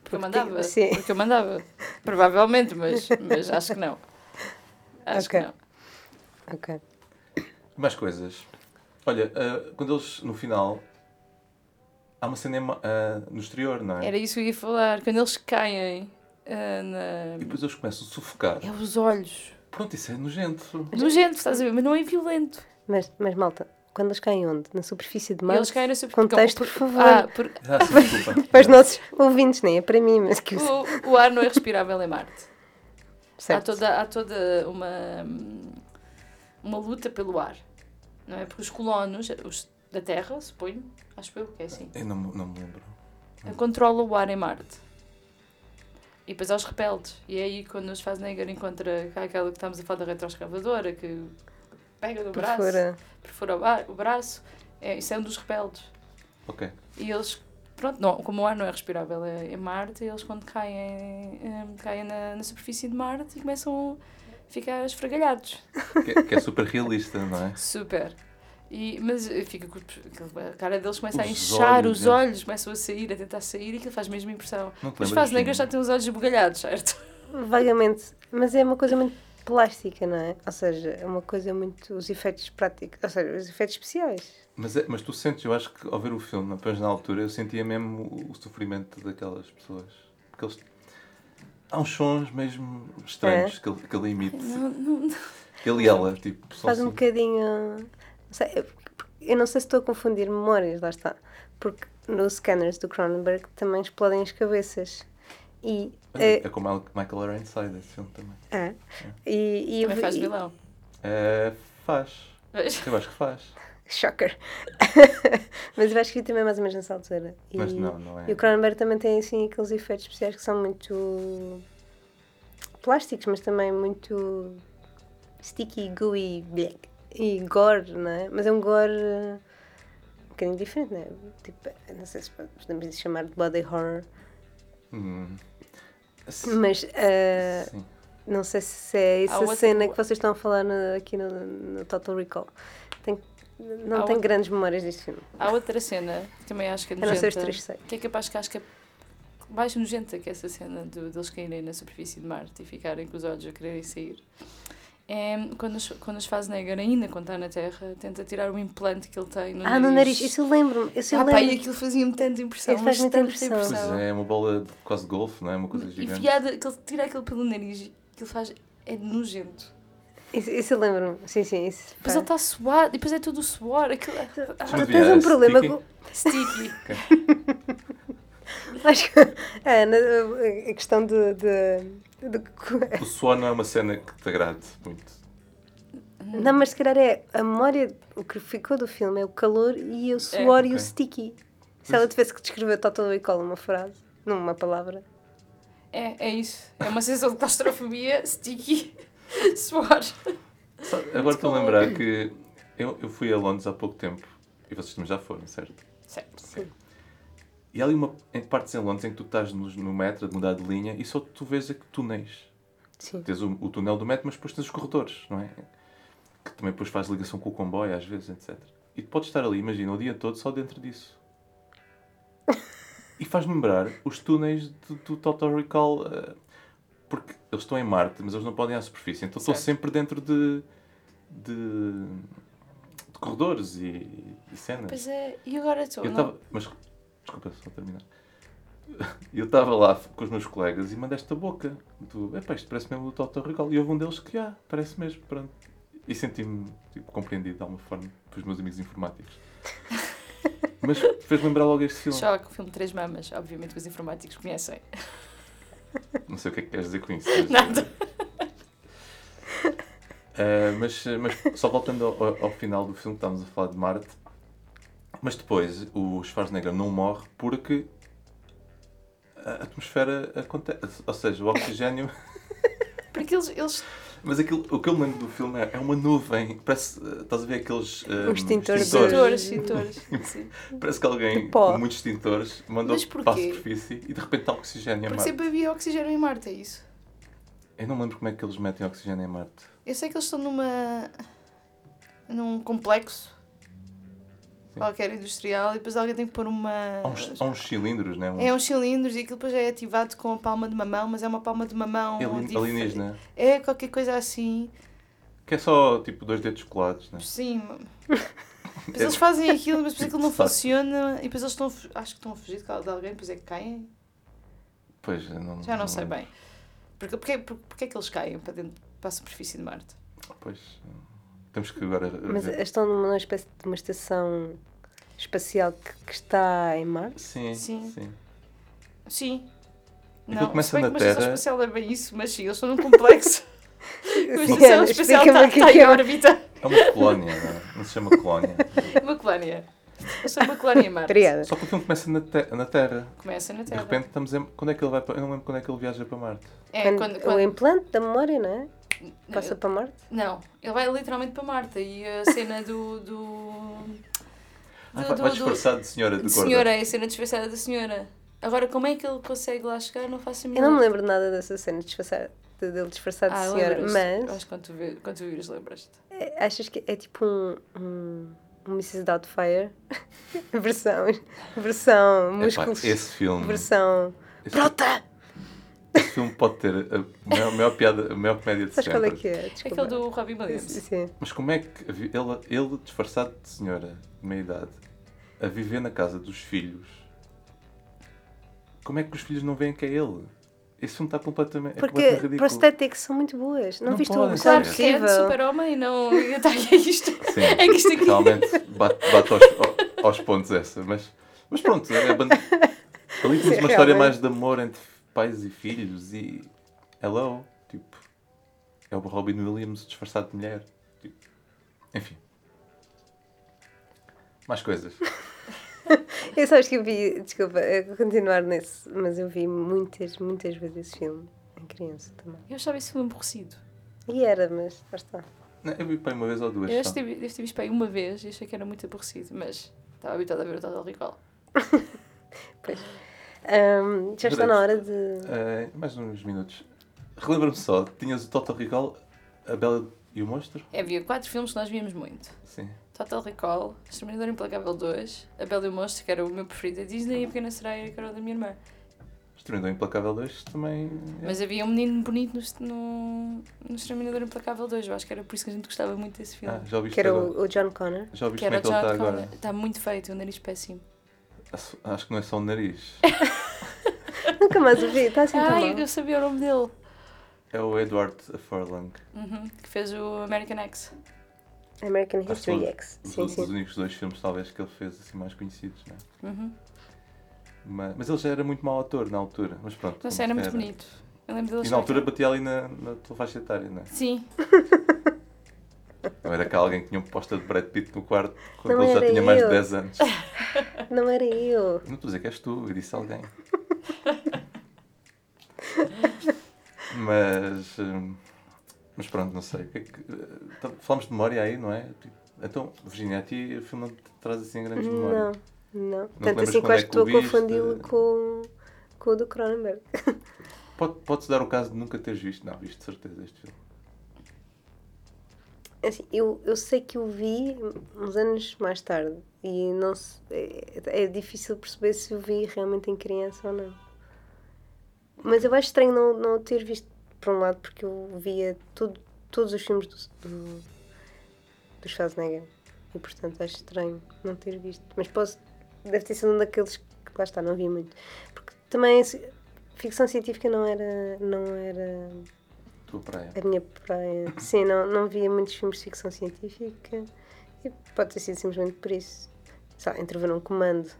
C: Porque
A: porque
C: eu
A: ti-
C: mandava.
A: Sim. (laughs)
C: Porque eu mandava. Provavelmente, mas, mas acho que não. Acho
A: Ok.
C: que não.
A: Ok.
B: Mais coisas. Olha, ah, quando eles no final. Há uma cena em ma- ah, no exterior, não é?
C: Era isso que eu ia falar. Quando eles caem ah, na.
B: E depois eles começam a sufocar.
C: É os olhos.
B: Pronto, isso é
C: (laughs)
B: nojento.
C: Nojento, estás a ver? Mas não é violento.
A: Mas, mas malta, quando eles caem onde? Na superfície de Marte?
C: Eles caem na superfície.
A: Contexto, por favor.
C: Ah, porque
B: Ah, sim, desculpa.
A: Para os nossos ouvintes, nem é para mim, mas que
C: o, o ar não é respirável em Marte. Há
A: certo.
C: toda, há toda uma. hum, uma luta pelo ar, não é? Porque os colonos, os da Terra, suponho, acho eu que é assim,
B: Eu não, me- não me lembro.
C: controlam o ar em Marte. E depois há os rebeldes. E é aí quando o Schwarzenegger encontra cá aquela que estamos a falar da retroescavadora, que pega no braço, perfura,
A: Perfura.
C: o, ba- o braço. É, isso é um dos rebeldes.
B: Ok.
C: E eles, pronto, não, como o ar não é respirável é, é Marte, eles quando caem, hum, caem na, na superfície de Marte e começam a ficar esfregalhados.
B: Que, que é super realista, não é?
C: Super. E, mas eh, fica com aquele- a cara deles começa a
B: Os
C: inchar,
B: olhos,
C: os
B: né?
C: olhos começam a sair, a tentar sair e aquilo faz mesmo impressão.
B: Não te
C: Mas
B: lembras?
C: faz negra já tem os olhos esbugalhados, certo?
A: uh, Vagamente. Mas é uma coisa muito plástica, não é? Ou seja, é uma coisa muito. Os efeitos práticos. Ou seja, os efeitos especiais.
B: Mas, é- mas tu sentes, eu acho que ao ver o filme, apenas na altura, eu sentia mesmo o, o sofrimento daquelas pessoas. Porque eles. Há uns sons mesmo
C: É?
B: estranhos que, ele- que ele emite. Que ele e ela, tipo, são
A: Faz um
B: assim.
A: bocadinho. não sei, eu- Eu não sei se estou a confundir memórias, lá está. Porque nos scanners do Cronenberg também explodem as cabeças. E.
B: É,
A: eh,
B: como o Michael Ironside, esse filme também.
A: ah, e, e
C: É. Também faz
A: e-
C: vilão.
B: É, faz.
C: Mas-
B: Eu acho que faz.
A: Shocker. (laughs) Mas eu acho que também é mais ou menos nessa altura. E,
B: Mas não, não é.
A: E o Cronenberg também tem assim aqueles efeitos especiais que são muito plásticos, mas também muito sticky, gooey blech, e gore, não é? Mas é um gore eh, um bocadinho diferente, não é? Tipo, eu não sei se podemos lhe chamar de body horror,
B: Hum. Sim.
A: mas eh,
B: Sim.
A: não sei se é
C: Há
A: essa
C: outro-
A: cena que vocês estão a falar no- aqui no, no Total Recall. Tenho- não
C: Há
A: tenho
C: outro-
A: grandes memórias deste filme.
C: Há outra cena que também acho que é
A: A não ser os
C: nojenta.
A: três sei.
C: Que é capaz que acho que é mais nojenta que essa cena do, deles caírem na superfície de Marte e ficarem com os olhos a quererem sair. É quando, os- quando os faz negra, ainda quando está na Terra, tenta tirar o implante que ele tem no
A: Ah, no nariz, isso eu lembro-me. Isso eu
C: Ah, pá, e
A: lembro.
C: aquilo fazia-me tanta impressão.
A: Ele faz
C: mas
A: muita
C: tanta
A: impressão.
B: Pois
C: impressão.
B: é, é uma bola de, quase de golfe, não é? Uma coisa gigante.
C: Enfiada, que ele tira aquilo pelo nariz e aquilo faz. É nojento.
A: Isso, isso eu lembro-me. Sim, sim, isso.
C: Depois
A: pá.
C: ele tá- está suado, depois é todo o suor, aquilo. Ah,
A: Tu tens
B: Mas via
A: um problema
B: é sticky?
A: com.
C: sticky.
A: (laughs) Acho que é, na- a questão de. de, de co-
B: O suor não é uma cena que te agrade muito.
C: Hum.
A: Não, mas se calhar é a memória. O que ficou do filme é o calor e o suor e
B: ok.
A: o sticky. Se ela tivesse que descrever Total Recall numa frase, numa palavra.
C: É, é isso. É uma sensação de claustrofobia, sticky, (laughs) suor.
B: Sabe, Agora estou a lembrar que eu, eu fui a Londres há pouco tempo e vocês também já foram, certo?
C: Certo.
B: E há ali uma em partes em Londres em que tu estás no, no metro, de mudar de linha e só tu vês é que túneis.
A: Sim.
B: Tens o, o túnel do metro, mas depois tens os corredores, não é? Que também depois faz ligação com o comboio às vezes, etc. E tu podes estar ali, imagina, o dia todo só dentro disso. E faz-me lembrar os túneis do, do Total Recall, eh, porque eles estão em Marte, mas eles não podem ir à superfície, então estão
C: Certo.
B: sempre dentro de, de, de corredores e, e cenas.
C: Pois é, e agora estou.
B: Eu
C: não-
B: estava. Mas. Desculpa, só terminar. Eu estava lá com os meus colegas e mandei esta boca. Do, Epá, isto parece mesmo do Total Recall. E houve um deles que, ah, parece mesmo, pronto. E senti-me tipo, compreendido de alguma forma pelos meus amigos informáticos. Mas fez lembrar logo este filme.
C: Sherlock, o filme Três Mamas, obviamente que os informáticos conhecem.
B: Não sei o que é que queres dizer com isso. mas-
C: Nada.
B: Uh, mas, mas só voltando ao, ao- ao final do filme, que estávamos a falar de Marte. Mas depois o Schwarzenegger não morre porque a atmosfera acontece. Ou seja, o oxigênio.
C: Porque eles, eles
B: mas aquilo, o que eu me lembro do filme é, é uma nuvem. Parece. uh, Estás a ver aqueles. um,
A: Um extintor de-
B: extintores.
C: escritores,
B: (laughs)
C: escritores. sim.
B: Parece que alguém
A: De pó.
B: com muitos extintores mandou
C: Mas
B: para a
C: porquê?
B: superfície e de repente está oxigênio em
C: Porque
B: Marte.
C: sempre havia oxigênio em Marte, é isso.
B: Eu não me lembro como é que eles metem oxigênio em Marte.
C: Eu sei que eles estão numa. num complexo
B: Sim.
C: qualquer industrial e depois alguém tem que pôr uma.
B: Há uns, há uns cilindros, né? Um,
C: É uns cilindros e aquilo depois é ativado com a palma de mamão, mas é uma palma de mamão.
B: alien-
C: dif-
B: alienígena.
C: É qualquer coisa assim.
B: Que é só tipo dois dedos colados, né?
C: Sim.
B: (laughs)
C: Depois eles fazem aquilo, mas depois aquilo não
B: De facto.
C: funciona e depois eles estão. a fu- Acho que estão a fugir de alguém, depois é que caem.
B: Pois, eu não,
C: Já não sei
B: lembro.
C: bem. Porque, porque, porque, porque é que eles caem para, dentro, para a superfície de Marte?
B: Pois. eh, Temos que agora.
A: Mas eh,
B: ver.
A: estão numa, numa espécie de uma estação espacial que, que está em mar.
B: Sim,
C: Sim.
B: sim. É
C: Sim.
B: Aquilo
C: Não,
B: começa
C: se bem
B: na
C: que uma estação
B: Terra.
A: (laughs)
C: espacial é bem isso, mas sim, eles estão num complexo. uma
A: Sim, Ana,
C: estação espacial
A: explica-me
C: está,
A: o que Assim, é
C: está
A: que
C: em
A: é o-
C: órbita. (laughs)
B: É uma colónia, não é? Não se chama colónia.
C: Uma colónia. Isto é uma colónia em Marte.
A: Triada.
B: Só que o filme começa na, te- na Terra.
C: Começa na
B: De
C: Terra.
B: repente estamos em... Quando é que ele vai para... Eu não lembro quando é que ele viaja para Marte.
C: É, quando,
A: O
C: quando,
A: implante da memória, não é? Passa
C: não,
A: para Marte?
C: não, ele vai literalmente para Marte. E a cena do. do,
B: Ah,
C: do-
B: vai,
C: do-
B: vai
C: do-
B: disfarçado de senhora de
C: de
B: gorda.
C: senhora, é a cena disfarçada da senhora. Agora, como é que ele consegue lá chegar? Não faço a
A: Eu
C: mínima
A: não me lembro nada dessa cena de disfarçar, de, dele disfarçado de
C: Ah,
A: senhora,
C: lembras-te.
A: mas
C: Acho que quando tu, vi- quando tu vires, lembras-te.
A: é, achas que é tipo um, um, um Mrs. Doubtfire? (laughs) versão, versão
B: Epá,
A: músculos,
B: esse é um- filme...
A: versão
B: Esse,
A: é prota!
B: esse filme pode ter a maior, maior piada, a maior comédia de
A: Sabes
B: sempre.
A: qual é que é? Desculpa.
C: Aquele do Robin Williams.
A: Sim, sim.
B: Mas como é que vi- ele, ele disfarçado de senhora de meia idade a viver na casa dos filhos? Como é que os filhos não veem que é ele? Esse filme está completamente, é
A: Porque
B: completamente ridículo.
A: prosthetics são muito boas. Não,
B: Não
A: viste o
B: podem
A: Missão
B: ser.
C: Claro que é de
A: Impossível?
C: super-homem e não. e tá- É isto.
B: Sim.
C: É que isto aqui.
B: Realmente bate, bate aos, ao- aos pontos essa, mas, mas pronto, é a banda- ali temos uma história
A: realmente.
B: mais de amor entre pais e filhos e hello, tipo, é o Robin Williams disfarçado de mulher. tipo, enfim. Mais coisas.
A: Eu só acho que eu vi, desculpa, eu vou continuar nesse, mas eu vi muitas, muitas vezes esse filme em criança também.
C: Eu achava esse filme aborrecido.
A: E era, mas lá está.
B: Não, Eu vi para uma vez ou duas.
C: Eu
B: só.
C: acho que tive- devo ter visto para aí uma vez e achei que era muito aborrecido, mas estava habituada a ver o Total Recall.
A: Ahm, já está na hora de.
B: Eh, mais uns minutos. Relembra-me só, tinhas o Total Recall, a Bela e o Monstro?
C: É, Havia quatro filmes que nós víamos muito.
B: Sim.
C: Total Recall, Exterminador Implacável 2, A Bela e o Monstro, que era o meu preferido da Disney, e A Pequena Sereia, que era o da minha irmã.
B: Exterminador Implacável 2 também. é.
C: Mas havia um menino bonito no, no, no Exterminador Implacável 2, eu acho que era por isso que a gente gostava muito desse filme.
B: Ah, já ouviste
A: Que era
B: agora.
A: o, o John
C: (laughs)
A: Connor.
B: Já ouviste
C: que era
B: como é que ele
C: o
B: está
C: John
B: agora?
C: Connor. Está muito feito, o nariz péssimo.
B: Acho- Acho que não é só o
C: (laughs)
B: nariz.
A: Nunca mais o vi, está assim
B: tá
A: tão
C: Ai,
A: mal.
C: eu sabia o nome dele.
B: É o Edward Furlong.
C: Uhum, que fez o American X.
A: American History
B: Acho
A: X.
B: Os,
A: Sim,
B: os
A: sim.
B: únicos dois filmes, talvez, que ele fez assim mais conhecidos, né?
C: Uhum.
B: Mas, mas ele já era muito mau ator na altura. Mas pronto.
C: Não sei, era muito
B: era.
C: bonito. Eu lembro dele
B: E na
C: chegar
B: altura
C: cá.
B: batia ali na, na tua faixa etária, né?
C: Sim,
B: Não era cá alguém que tinha um posta de Brad Pitt no quarto quando
A: Não
B: ele já
A: era
B: tinha mais de
A: eu. (laughs)
B: 10 anos.
A: Não era eu.
B: Eu Não estou a dizer que és tu, eu disse
C: (laughs)
B: alguém. mas. hum, Mas pronto, não sei. o que é que, eh, tá- Falámos de memória aí, não é? Então, Virginia, a ti o filme não te traz assim grandes
A: Não,
B: memórias.
A: não.
B: te
A: Tanto
B: lembras
A: assim que
B: quando
A: eu
B: é
A: acho que
B: que o
A: estou a confundi-lo
B: viste? eh?
A: com, com o do Cronenberg.
B: Pode- Pode-se dar o caso de nunca teres visto. Não, viste de certeza este filme.
A: Assim, eu, eu sei que o vi uns anos mais tarde e não se- é, é difícil perceber se o vi realmente em criança ou não. Mas eu acho estranho não, não o ter visto, por um lado, porque eu via tudo, todos os filmes do, do, do Schwarzenegger e, portanto, acho estranho não ter visto. Mas posso, deve ter sido um daqueles que lá está, não vi muito. Porque também assim, ficção científica não era. Não era
B: Tua praia.
C: É.
A: a minha praia. Sim, não, não via muitos filmes de ficção científica e pode ter sido simplesmente por isso. Só entre ver um comando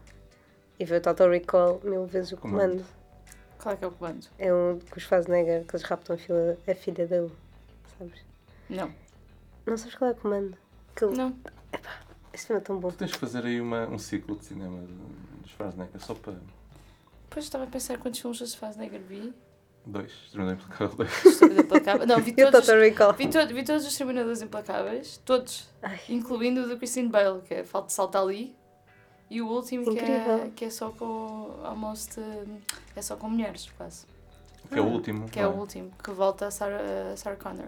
A: e ver o Total Recall mil vezes o comando.
B: Comando.
C: qual é que é o comando?
A: É um que os Schwarzenegger, que eles raptam a filha, a filha dele, sabes?
C: Não.
A: Não sabes qual é o comando? Que ele-
C: Não.
A: Esse filme é tão bom.
B: Tu tens que fazer aí uma, um ciclo de cinema de- dos Schwarzenegger, só para
C: Depois estava a pensar quantos filmes já se faz na Garbi.
B: dois. Extremamente implacável dois.
C: Sobre implacável. (laughs) Não, vi
A: E o
C: todos,
A: Total
C: os,
A: Recall.
C: vi, to- vi todos os Terminadores Implacáveis. Todos. Incluindo o do Christine Bale, que é Falta Salta Ali. E o último que é,
A: Incrível.
C: que é só com almost hum, é só com mulheres, quase.
B: Que é o último.
C: Que é o
B: não
C: último, que volta a Sarah, a Sarah Connor.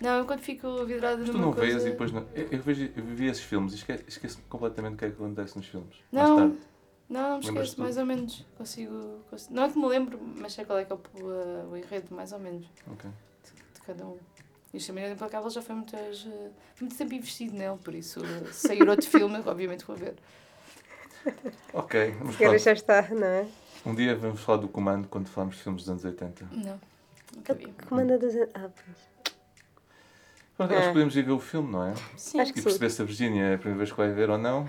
C: Não, enquanto fico vidrada
B: Mas tu
C: numa
B: não
C: coisa...
B: vês e depois não. Eu, eu vejo, eu vi esses filmes e esque- esqueço-me completamente o que é que acontece nos filmes.
C: Não.
B: Mais tarde.
C: Não, não me
B: Lembras-te
C: esqueço, mais ou menos. Consigo, consigo- Não é que me lembro, mas sei qual é que é o, o- o enredo, mais ou menos,
B: Ok.
C: de cada um. E o Chaminade Implacável já foi muitas, eh, muito tempo investido nele, por isso, eh, se sair
B: (laughs)
C: outro filme, obviamente vou ver.
B: Ok, vamos
A: Agora
B: falar.
A: já está, não é?
B: Um dia vamos falar do comando quando falamos de filmes dos anos 80.
C: Não, nunca vi.
A: Comando dos. Ah, pois.
B: Pronto, acho
A: É.
B: que podemos ir ver o filme, não é?
C: Sim,
A: Acho
B: E
A: que
B: perceber se a Virgínia é a primeira vez que vai ver ou não.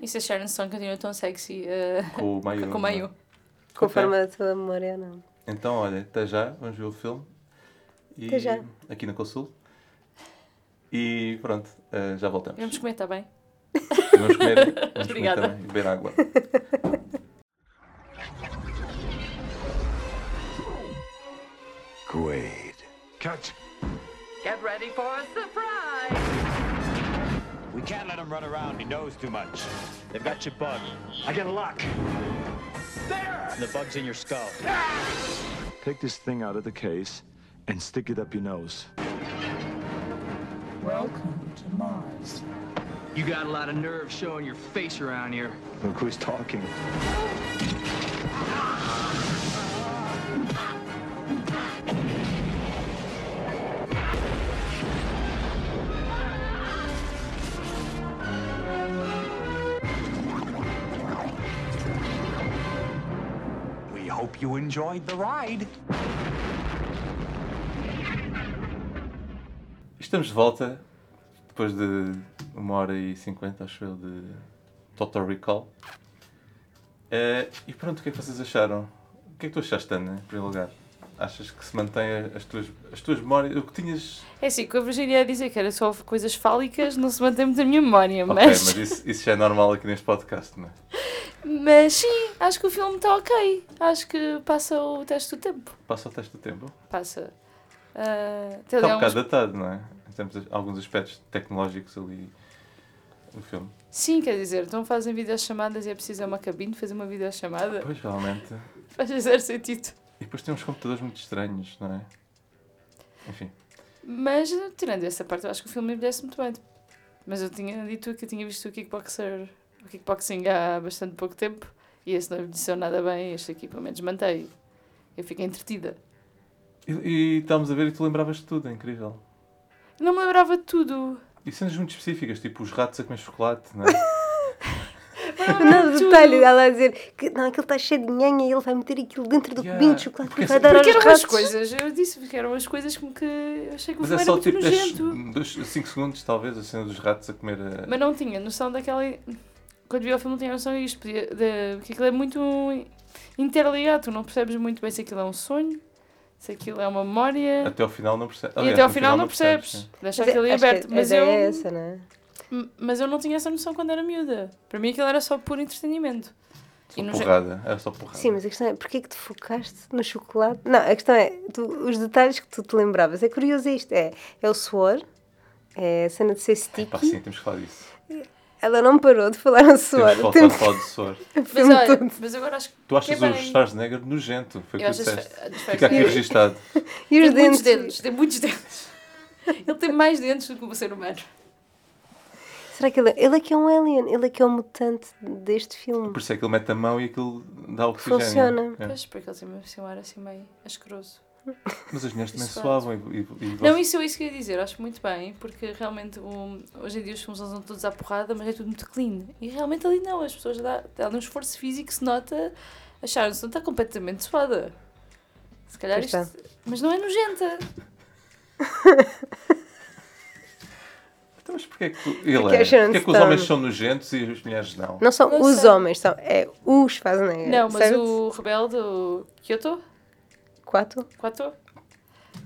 C: e se um a Sharon Stone continua tão sexy eh,
B: Com o Maio.
C: como
B: não é?
C: a eu.
A: Conforme a tua memória, não.
B: Então, olha, até já, vamos ver o filme. E
A: Até já.
B: Aqui na Consul. E pronto, eh, já voltamos.
C: Vamos comer, está bem?
B: Vamos (laughs) comer, vamos comer
C: Obrigada.
B: também, beber água.
E: Quaid. Cut.
F: Get ready for a surprise!
E: We can't let him run around. He knows too much. They've got your bug. I got a lock. There! The bug's in your skull.
G: Take this thing out of the case and stick it up your nose.
H: You got a lot of nerve showing your face around here.
G: Look who's talking.
E: We hope you enjoyed the ride.
B: Estamos de volta depois de uma hora e cinquenta, acho eu, de Total Recall. Eh, e pronto, o que é que vocês acharam? O que é que tu achaste, Ana, em primeiro lugar? Achas que se mantém a- as tuas, as tuas memórias? O que tinhas.
C: É assim, que a Virginia ia dizer que era só coisas fálicas, não se mantém muito a minha memória,
B: Ok,
C: mas,
B: mas isso, isso já é normal aqui neste podcast, não é?
C: mas sim, acho que o filme está ok. Acho que passa o teste do tempo.
B: Passa o teste do tempo.
C: Passa. Ah, tem
B: Está
C: ali
B: um bocado
C: alguns-
B: datado, não é? Temos alguns aspectos tecnológicos ali no filme.
C: Sim, quer dizer, então fazem videochamadas e é preciso ir a uma cabine fazer uma videochamada. (laughs)
B: Pois, realmente.
C: Faz zero sentido.
B: E depois tem uns computadores muito estranhos, não é? Enfim.
C: Mas, tirando essa parte, eu acho que o filme envelhece muito bem. Mas eu tinha dito que eu tinha visto o kickboxer, o kickboxing há bastante pouco tempo e esse não envelheceu nada bem, este aqui pelo menos mantei. Eu fiquei entretida.
B: E, e estávamos a ver e tu lembravas de tudo, é incrível.
C: Não me lembrava de tudo.
B: E cenas muito específicas, tipo os ratos a comer chocolate, não
C: (laughs)
B: é?
A: Não,
C: tudo.
A: detalhe, ela a dizer que não, aquilo está cheio de nhanha e ele vai meter aquilo dentro do
B: Yeah.
A: cubinho de chocolate
B: Porque
A: que vai
B: assim-
A: dar
C: Porque
A: aos
C: eram as
A: ratos.
C: coisas, eu disse que eram as coisas como que eu achei que o
B: Mas
C: filme
B: é
C: era
B: só
C: muito
B: tipo
C: nojento.
B: 5 segundos, talvez, a cena dos ratos a comer. eh, A...
C: Mas não tinha noção daquela. Quando vi o filme, não tinha noção disto. podia- de- Porque aquilo é muito interligado. Tu não percebes muito bem se aquilo é um sonho, se aquilo é uma memória.
B: Até ao final não percebes.
C: e até ao final não percebes. Deixa aquilo ali
A: acho que a-
C: aberto.
A: a
C: Mas
A: ideia
C: eu,
A: é essa, não é?
C: m- mas eu não tinha essa noção quando era miúda. Para mim aquilo era só puro entretenimento. E
B: Só
C: no ge-
B: porrada, era só porrada.
A: Sim, mas a questão é, porquê que te focaste no chocolate? Não, a questão é, tu- os detalhes que tu te lembravas. É curioso isto, é, é o suor, é a cena de ser sticky.
B: Pá, sim, temos que falar disso.
A: Ela não parou de falar no suor.
B: Temos que
A: o
B: voltar a
A: tempo
B: falar do Sor.
A: o
C: Mas
A: filme (laughs)
C: olha,
A: todo.
C: mas agora acho que.
B: Tu achas
C: quem
B: o
C: vai-
B: Schwarzenegger nojento, foi o
C: Eu
B: que tu
C: acho as-
B: disseste.
C: as- as-
B: Fica aqui
C: as-
B: registado.
A: E os
C: Tem muitos
A: dentes.
C: dentes, tem muitos dentes. (laughs) Ele tem mais dentes do que um ser humano.
A: Será que ele, ele é que é um alien? Ele é que é um mutante deste filme?
B: Por isso é que ele mete a mão e aquilo dá oxigênio.
A: Funciona.
B: É.
C: Pois, porque ele tem mesmo um ar assim meio asqueroso.
B: Mas as mulheres também
C: Isso
B: suavam e, e, e
C: Não, isso é isso que eu ia dizer, acho muito bem, porque realmente o- hoje em dia os filmes eles são todos à porrada, mas é tudo muito clean. E realmente ali não, as pessoas dá, dá ali um esforço físico, se nota, acharam-se, não está completamente suada. Se calhar
A: Pois
C: isto.
A: está.
C: Mas não é nojenta.
B: Então, mas porquê que, ele
A: Porque
B: é?
A: a gente
B: Porquê que os
A: está-
B: homens são nojentos e as mulheres não?
A: Não são
C: Não
A: os
C: sei.
A: homens, são é os né? Schwarzenegger.
C: não, mas
A: certo?
C: o rebelde, o Kyoto,
A: Quatro?
C: Quato,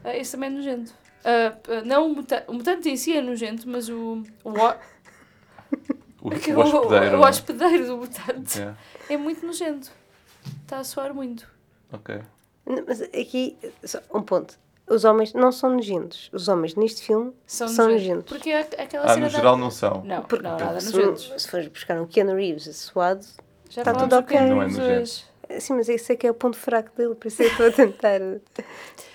C: ah, esse também é nojento. Ah, ah, não, o, muta o mutante em si é nojento, mas o. O, ho-
B: (laughs) O,
C: que-
B: o hospedeiro.
C: o- o
B: não é?
C: hospedeiro do mutante
B: É,
C: é muito nojento. Está a suar muito. Então,
B: ok.
A: Não, Mas aqui, só um ponto. Os homens não são nojentos. Os homens neste filme
C: São,
A: são,
C: nojentos.
A: nojentos.
C: Porque é aqu- aquela
B: Ah,
C: cena
B: no
C: da-
B: geral não são.
C: Não,
A: Porque-
C: não, nada
A: se,
C: nojentos.
A: se fores buscar um Keanu Reeves suado,
C: Já
A: tá
C: falámos
A: tudo
C: do
A: ok.
C: Keanu
B: Não é
C: Reeves
B: nojento.
C: hoje.
A: Sim, mas esse é que é o ponto fraco dele, por isso é que estou a
C: (laughs)
A: tentar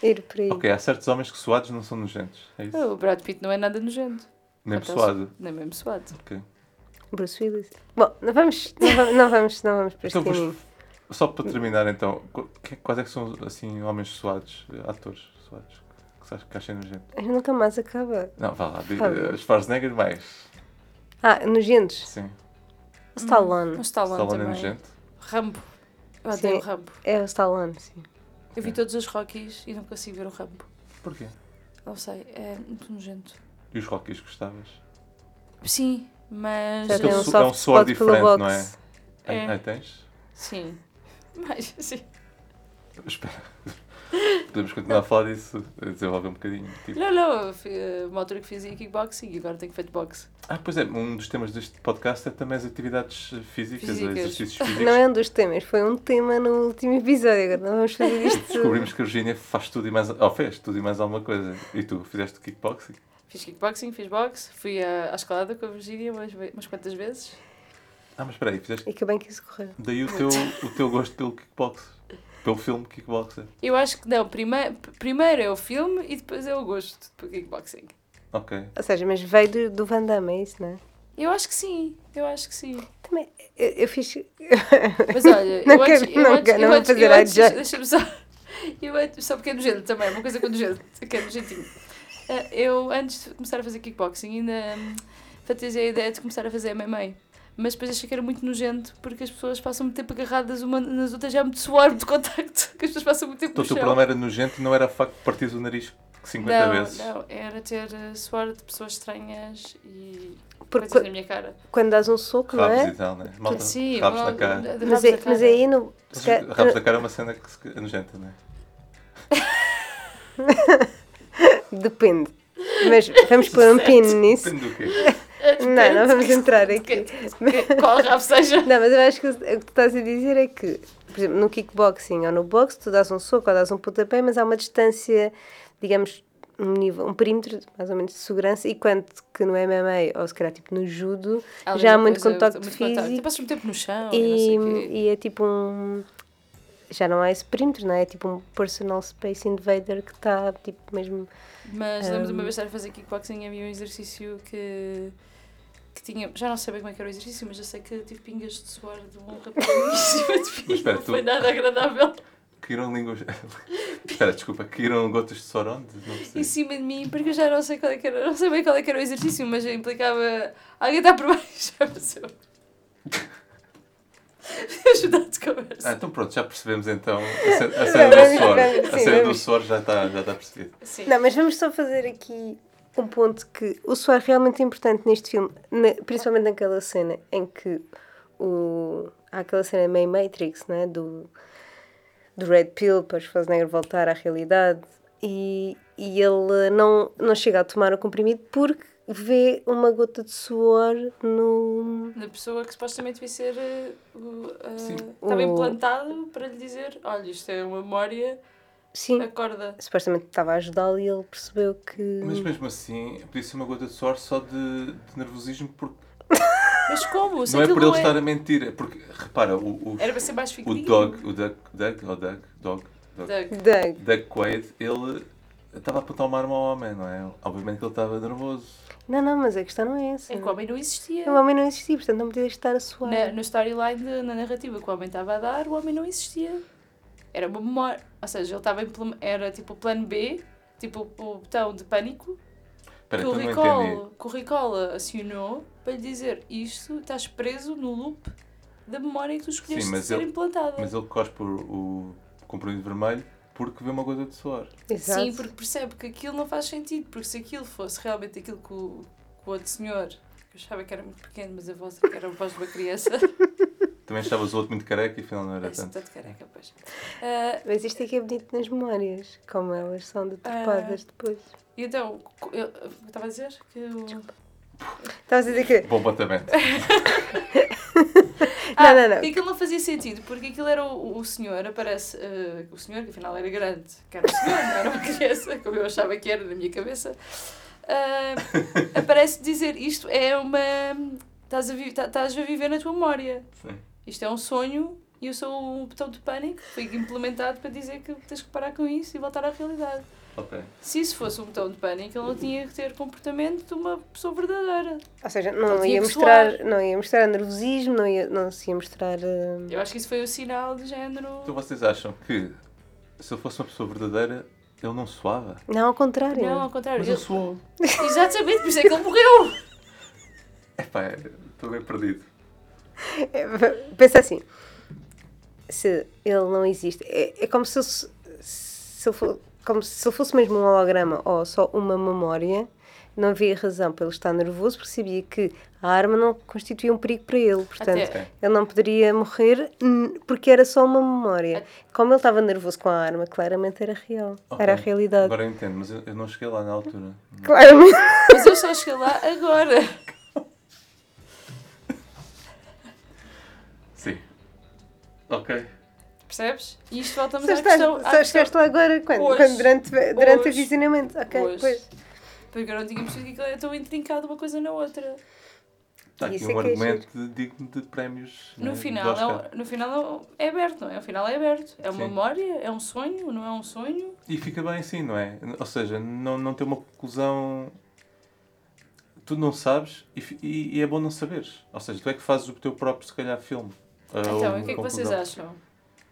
A: ir por aí.
B: Ok, há certos homens que suados não são nojentos. É isso?
C: Ah, O Brad Pitt não é nada nojento.
B: Mesmo
C: Até o-
B: suado.
C: Nem mesmo suado.
B: Ok.
A: Bruce Willis. Bom, não vamos, não vamos, não vamos, não vamos para este
B: Então, pois,
A: caminho.
B: só para terminar, então, qu- que- quais é que são, assim, homens suados, eh, atores suados, que achas que achei nojento?
A: Ai, Nunca mais acaba.
B: Não, vá lá, diga,
A: Fábio.
B: eh, Schwarzenegger mais.
A: Ah, nojentos.
B: Sim.
A: O Stallone.
C: Um Stallone
B: Stallone é
C: também.
B: nojento.
C: Rambo. Eu adoro
A: Sim.
C: o Rambo.
A: É o Stallone, sim.
C: Eu vi todos os Rockies e não consigo ver o Rambo.
B: Porquê?
C: Não sei, é muito nojento.
B: E os Rockies gostavas?
C: Sim, mas...
A: Já
B: Aquele
A: tem um
B: su-
A: soft
B: é um suor
A: spot pelo boxe.
B: diferente, não é?
C: É.
B: Aí tens? (laughs)
C: (laughs) Sim. Mas, sim. (laughs)
B: Espera. Podemos continuar a falar disso, a desenvolver um bocadinho. Tipo.
C: Não, não, eu fi- eh, uma altura que fazia kickboxing e agora tenho feito boxe.
B: Ah, pois é, um dos temas deste podcast é também as atividades físicas,
C: Físicas. (laughs)
B: exercícios físicos.
A: Não é um dos temas, foi um tema no último episódio. Agora não vamos fazer
B: (laughs)
A: isto.
B: Descobrimos que a Virginia faz tudo e mais, ou fez tudo e mais alguma coisa. E tu, fizeste kickboxing?
C: Fiz kickboxing, fiz boxe, fui à, à escalada com a Virgínia umas, ve- umas quantas vezes.
B: Ah, mas espera aí, fizeste
A: E que bem que isso correu.
B: daí o teu, o teu gosto pelo kickboxer, pelo filme kickboxer.
C: Eu acho que não, prime primeiro é o filme e depois é o gosto pelo kickboxing.
B: Ok.
A: Ou seja, mas veio do, do Van Damme, é isso, não é?
C: Eu acho que sim, eu acho que sim.
A: Também, eu, eu fiz.
C: Mas
A: (laughs)
C: olha,
A: Não
C: eu antes,
A: quero-
C: eu
A: não
C: antes-
A: quero-
C: eu
A: não vou
C: antes- eu
A: fazer a
C: antes-
A: judge.
C: Deixa-me só. (laughs) Eu antes, só porque é nojento também, uma coisa com nojento, que é nojentinho. Ah, Eu, antes de começar a fazer kickboxing, ainda hum, fantasiei a ideia de começar a fazer MMA. Mas depois achei que era muito nojento porque as pessoas passam muito tempo agarradas umas nas outras, já é muito suor de contacto, (laughs) que as pessoas passam muito tempo
B: Então
C: no
B: o teu
C: chão.
B: problema era nojento e não era o facto de partires o nariz 50
C: não,
B: vezes.
C: não, era ter ah, suor de pessoas estranhas e
A: Porque
C: coisas na minha cara.
A: quando dás um soco, não
B: Rabos
A: é?
B: e tal, né? Malta,
C: Sim,
B: rabos na
C: mal-
B: cara.
C: de- de
A: Mas,
C: rabos na
A: é, mas
C: cara.
A: aí no. se ca-
B: Rabos na cara é uma cena que se- é nojenta, né?
A: Depende. Mas vamos pôr um pino nisso.
B: Depende do quê?
A: Não, não vamos
C: (laughs)
A: entrar aqui.
C: Ah, Qual
A: (laughs)
C: rabo seja.
A: Não, mas eu acho que o que tu estás a dizer é que, por exemplo, no kickboxing ou no boxe, tu dás um soco ou dás um pontapé, mas há uma distância, digamos, um nível, um perímetro mais ou menos de segurança, e quanto que no MMA, ou se calhar tipo no judo,
C: Alguma
A: já há muito
C: coisa,
A: contacto
C: muito Até
A: físico
C: passas muito tempo no chão e, não
A: e,
C: sei o quê.
A: e é tipo um. Já não é esse perímetro, não é? É tipo um personal space invader que está tipo mesmo.
C: Mas lembro
A: hum.
C: de uma vez estar a fazer kickboxing e havia um exercício que, que tinha. Já não sei bem como é que era o exercício, mas já sei que tive pingas de suor de um rapaz em cima de mim.
B: espera,
C: não
B: tu-
C: foi nada agradável.
B: Caíram línguas. (laughs) Espera, desculpa, caíram gotas de soro onde? Não
C: Em
B: percebi.
C: cima de mim, porque eu já não sei qual é que era. Não sei bem qual é que era o exercício, mas implicava. Alguém está por baixo, (laughs) já passou. Ajudar de
B: Ah,
C: conversa.
B: então pronto, já percebemos então a cena, a cena do
A: vamos-
B: suor.
A: vamos-
B: A
A: sim,
B: cena do
A: vamos.
B: suor já está já está percebida.
C: Sim.
A: Não, mas vamos só fazer aqui um ponto que o suor é realmente importante neste filme, na- principalmente naquela cena em que o, há aquela cena meio Matrix, né? Do, do Red Pill para o Schwarzenegger voltar à realidade e, e ele não, não chega a tomar o comprimido porque vê uma gota de suor no.
C: Na pessoa que supostamente devia ser. eh, o, eh,
B: Sim.
C: Estava
A: O-
C: implantado para lhe dizer: olha, isto é uma memória,
A: Sim,
C: acorda.
A: supostamente estava a ajudá-lo e ele percebeu que.
B: Mas mesmo assim, podia ser uma gota de suor só de, de nervosismo, porque
C: Mas como? Se
B: não é por
C: aquilo
B: ele estar a mentir. é Porque, repara, o, o,
C: Era para ser mais
B: o
C: fininho.
B: Doug, o Doug, Doug, ou Doug, Doug, Doug,
C: Doug.
A: Doug,
B: Doug Quaid, ele estava a apontar uma arma ao homem, não é? Obviamente que ele estava nervoso.
A: Não, não, mas a questão não é essa.
C: É que o homem não existia.
A: O homem não existia, portanto não podia estar a suar.
C: Na, Né, no storyline, de- na narrativa que o homem estava a dar, o homem não existia. Era uma memória. Ou seja, ele estava em plano- Era tipo o plano B, tipo o botão de pânico,
B: Espera,
C: que
B: então não
C: o,
B: entendi.
C: Ricola, que o Ricola acionou para lhe dizer isto, estás preso no loop da memória que tu escolheste
B: Sim, mas
C: ser
B: ele-
C: implantada.
B: Mas ele cospe o, o comprimido vermelho porque vê uma gota de suor.
A: Exato.
C: Sim, porque percebe que aquilo não faz sentido, porque se aquilo fosse realmente aquilo que o, que o outro senhor, que eu achava que era muito pequeno, mas a voz que era a voz de uma
B: (laughs)
C: criança, (laughs)
B: Também achavas o outro muito careca e afinal não era
C: esse
B: tanto.
C: tanto careca, pois. Ah,
A: Mas isto é que é bonito nas memórias, como elas são deturpadas depois.
C: e então, co- eu eu estava a dizer que o.
A: Estavas a dizer que.
B: Bom apontamento.
C: Ah,
A: não, não.
C: que aquilo não fazia sentido, porque aquilo era o, o senhor, aparece. ah, o senhor, que afinal era grande, que era um senhor, não era uma (laughs) criança, como eu achava que era na minha cabeça. ah, aparece dizer isto é uma. Estás a, vi- tá- estás a viver na tua memória.
B: Sim.
C: isto é um sonho e eu sou um botão de pânico que foi implementado para dizer que tens que parar com isso e voltar à realidade.
B: Ok.
C: Se isso fosse um botão de pânico, ele não tinha que ter comportamento de uma pessoa verdadeira.
A: Ou seja,
C: Então
A: não
C: tinha
A: ia,
C: que
A: mostrar, não ia mostrar nervosismo, não, ia, não se ia mostrar. hum,
C: Eu acho que isso foi o sinal de género.
B: Então vocês acham que se ele fosse uma pessoa verdadeira, ele não suava?
A: Não, ao contrário.
C: Não, ao contrário.
B: Mas ele
C: Ele-
B: suou.
C: Exatamente, por isso é que ele morreu!
B: Epá, é, estou bem perdido.
A: É, Pensa assim: se ele não existe, é, é como se ele, se ele fo- como se ele fosse mesmo um holograma ou só uma memória, não havia razão para ele estar nervoso, porque sabia que a arma não constituía um perigo para ele. Portanto,
C: Até-
A: ele não poderia morrer hum, porque era só uma memória. Como ele estava nervoso com a arma, claramente era real. Era a
B: Ok.
A: realidade.
B: Agora eu entendo, mas eu, eu não cheguei lá na altura.
A: Claramente.
C: Mas eu só cheguei lá agora.
B: Sim. Ok.
C: Percebes? E isto voltamos
A: Só,
C: à questão.
A: estás, só
C: à
A: chegaste lá agora, quando?
C: Hoje.
A: Quando durante, durante
C: Hoje.
A: o visionamento. Ok,
C: Hoje.
A: pois.
C: Porque agora não tinha percebido que aquilo era tão intrincado uma coisa na outra.
B: Está aqui
A: Isso é
B: um
A: que é
B: argumento de- digno de prémios. né,
C: No
B: de
C: final, é,
B: Oscar.
C: um- no final é um- é aberto, não é? O final é aberto. É uma
B: Sim.
C: memória? É um sonho? Não é um sonho?
B: E fica bem assim, não é? Ou seja, não, não tem uma conclusão. Tu não sabes e, fi- e- e é bom não saberes. Ou seja, tu é que fazes o teu próprio, se calhar, filme. Ah, ou
C: então, e
B: uma
C: o que é que vocês
B: conclusão.
C: acham?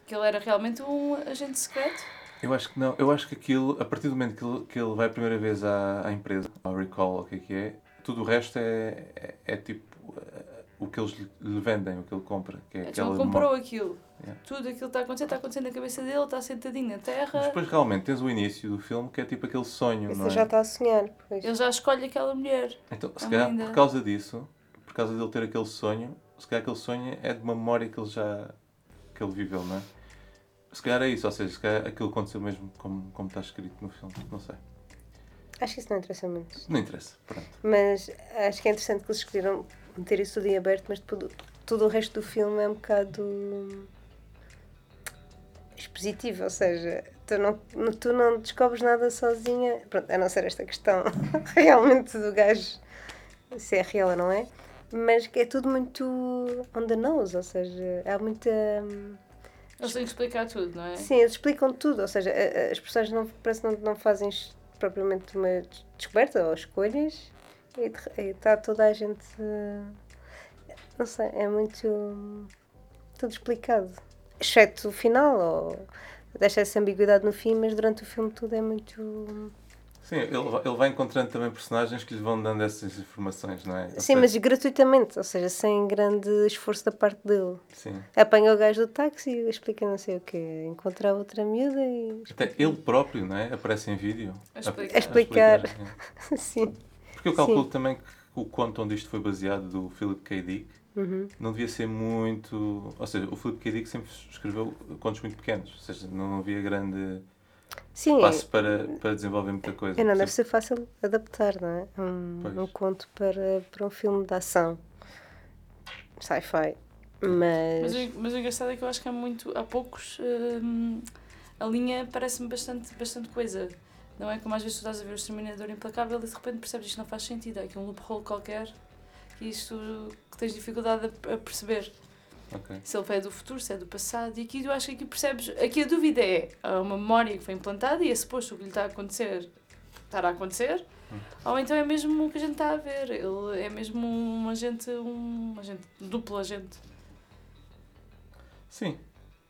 C: Que ele era realmente um agente secreto?
B: Eu acho que não. Eu acho que aquilo, a partir do momento que ele, que ele vai a primeira vez à, à empresa, ao Recall, o que é que é, tudo o resto é, é, é tipo eh, o que eles lhe, lhe vendem, o que ele compra. Que é
C: Então
B: aquela
C: ele comprou
B: memória.
C: aquilo.
B: Yeah.
C: Tudo aquilo que está a acontecer, está acontecendo na cabeça dele, está sentadinho na terra.
B: Mas depois realmente tens o início do filme que é tipo aquele sonho, não
A: Você
B: é?
A: já tá está a sonhar. Pois.
C: Ele já escolhe aquela mulher.
B: Então, se
C: Ah,
B: calhar
C: ainda.
B: por causa disso, por causa dele ter aquele sonho, se calhar aquele sonho é de uma memória que ele já que ele viveu, não é? Se calhar é isso, ou seja, se calhar aquilo aconteceu mesmo como, como está escrito no filme, não sei.
A: Acho que isso não interessa muito.
B: Não interessa, pronto.
A: Mas acho que é interessante que eles escolheram meter isso tudo em aberto, mas depois do- todo o resto do filme é um bocado hum, expositivo, ou seja, tu não, no- tu não descobres nada sozinha, pronto, a não ser esta questão (laughs) realmente do gajo, se é real ou não é, mas que é tudo muito on the nose, ou seja, há muita... hum,
C: Eles têm que explicar tudo, não é?
A: Sim, eles explicam tudo, ou seja, a- a- as pessoas não, parece que não, não fazem es- propriamente uma des- descoberta ou escolhas e de re- e está toda a gente. eh, Não sei, é muito. hum, tudo explicado. Exceto o final, ou deixa essa ambiguidade no fim, mas durante o filme tudo é muito. hum,
B: Sim, ele, va- ele vai encontrando também personagens que lhe vão dando essas informações, não é? Ou
A: Sim,
B: seja,
A: mas gratuitamente, ou seja, sem grande esforço da parte dele.
B: Sim.
A: Apanha o gajo do táxi, explica não sei o quê, encontra a outra miúda e.
B: Até ele próprio, não é? Aparece em vídeo.
C: A explicar.
B: A- a
A: Explicar.
B: explicar, é.
A: (laughs) Sim.
B: Porque eu calculo
A: Sim.
B: também que o conto onde isto foi baseado, do Philip K. Dick,
A: Uhum.
B: não devia ser muito. Ou seja, o Philip K. Dick sempre escreveu contos muito pequenos, ou seja, não havia grande
A: Sim.
B: espaço para, para desenvolver muita coisa.
A: É, não deve
B: Por
A: ser fácil adaptar, não é?
B: Pois.
A: Um, um conto para, para um filme de ação. Sci-fi. Mas.
C: Mas, o- mas o engraçado é que eu acho que há muito, há poucos, hum, a linha parece-me bastante, bastante coisa. Não é como às vezes tu estás a ver o Exterminador Implacável e de repente percebes isto não faz sentido, há aqui um loophole qualquer que isto que tens dificuldade a, a perceber
B: exemplo. Ok.
C: se ele é do futuro, se é do passado, e aqui eu acho que aqui percebes, aqui a dúvida é há uma memória que foi implantada e é suposto o que lhe está a acontecer estar a acontecer, ou então é mesmo o que a gente está a ver, ele é mesmo um agente, um agente, um duplo agente.
B: Sim.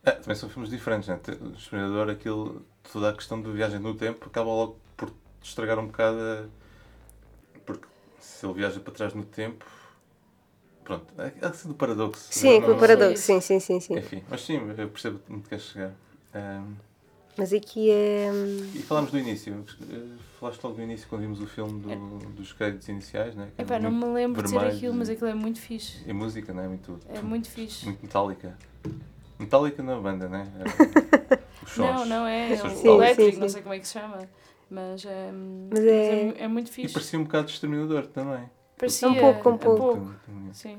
B: Ah, também são filmes diferentes, né? O Exterminador, aquilo, toda a questão de viagem no tempo, acaba logo por estragar um bocado. a- Porque se ele viaja para trás no tempo. Pronto, é é assim do paradoxo.
A: Sim,
B: Não-
A: com
B: não- É.
A: o paradoxo.
C: sei.
A: Sim, sim, sim, sim.
B: Enfim, mas sim, eu percebo onde queres chegar. Ahm,
A: Mas aqui é. hum,
B: E falámos do início. eh, Falaste logo do início quando vimos o filme do- dos créditos iniciais, né? Que é
C: É. Epá, não
B: muito-
C: me lembro de dizer
B: vermelho,
C: aquilo, mas
B: e-
C: aquilo é muito fixe.
B: E música, né? Muito,
C: É muito fixe.
B: muito metálica. Metálica na banda,
C: (laughs)
B: né? Eh, Os sons.
C: não, não é, é
B: Sons
C: um
B: metálicos.
C: elétrico,
A: Sim, sim,
C: não
A: sim.
C: sei como é que se chama. Mas é,
A: Mas
C: mas
A: é-
C: é, é muito
B: E
C: fixe.
B: parecia um bocado de Exterminador também.
C: Parecia,
A: Um pouco, um pouco.
C: Sim.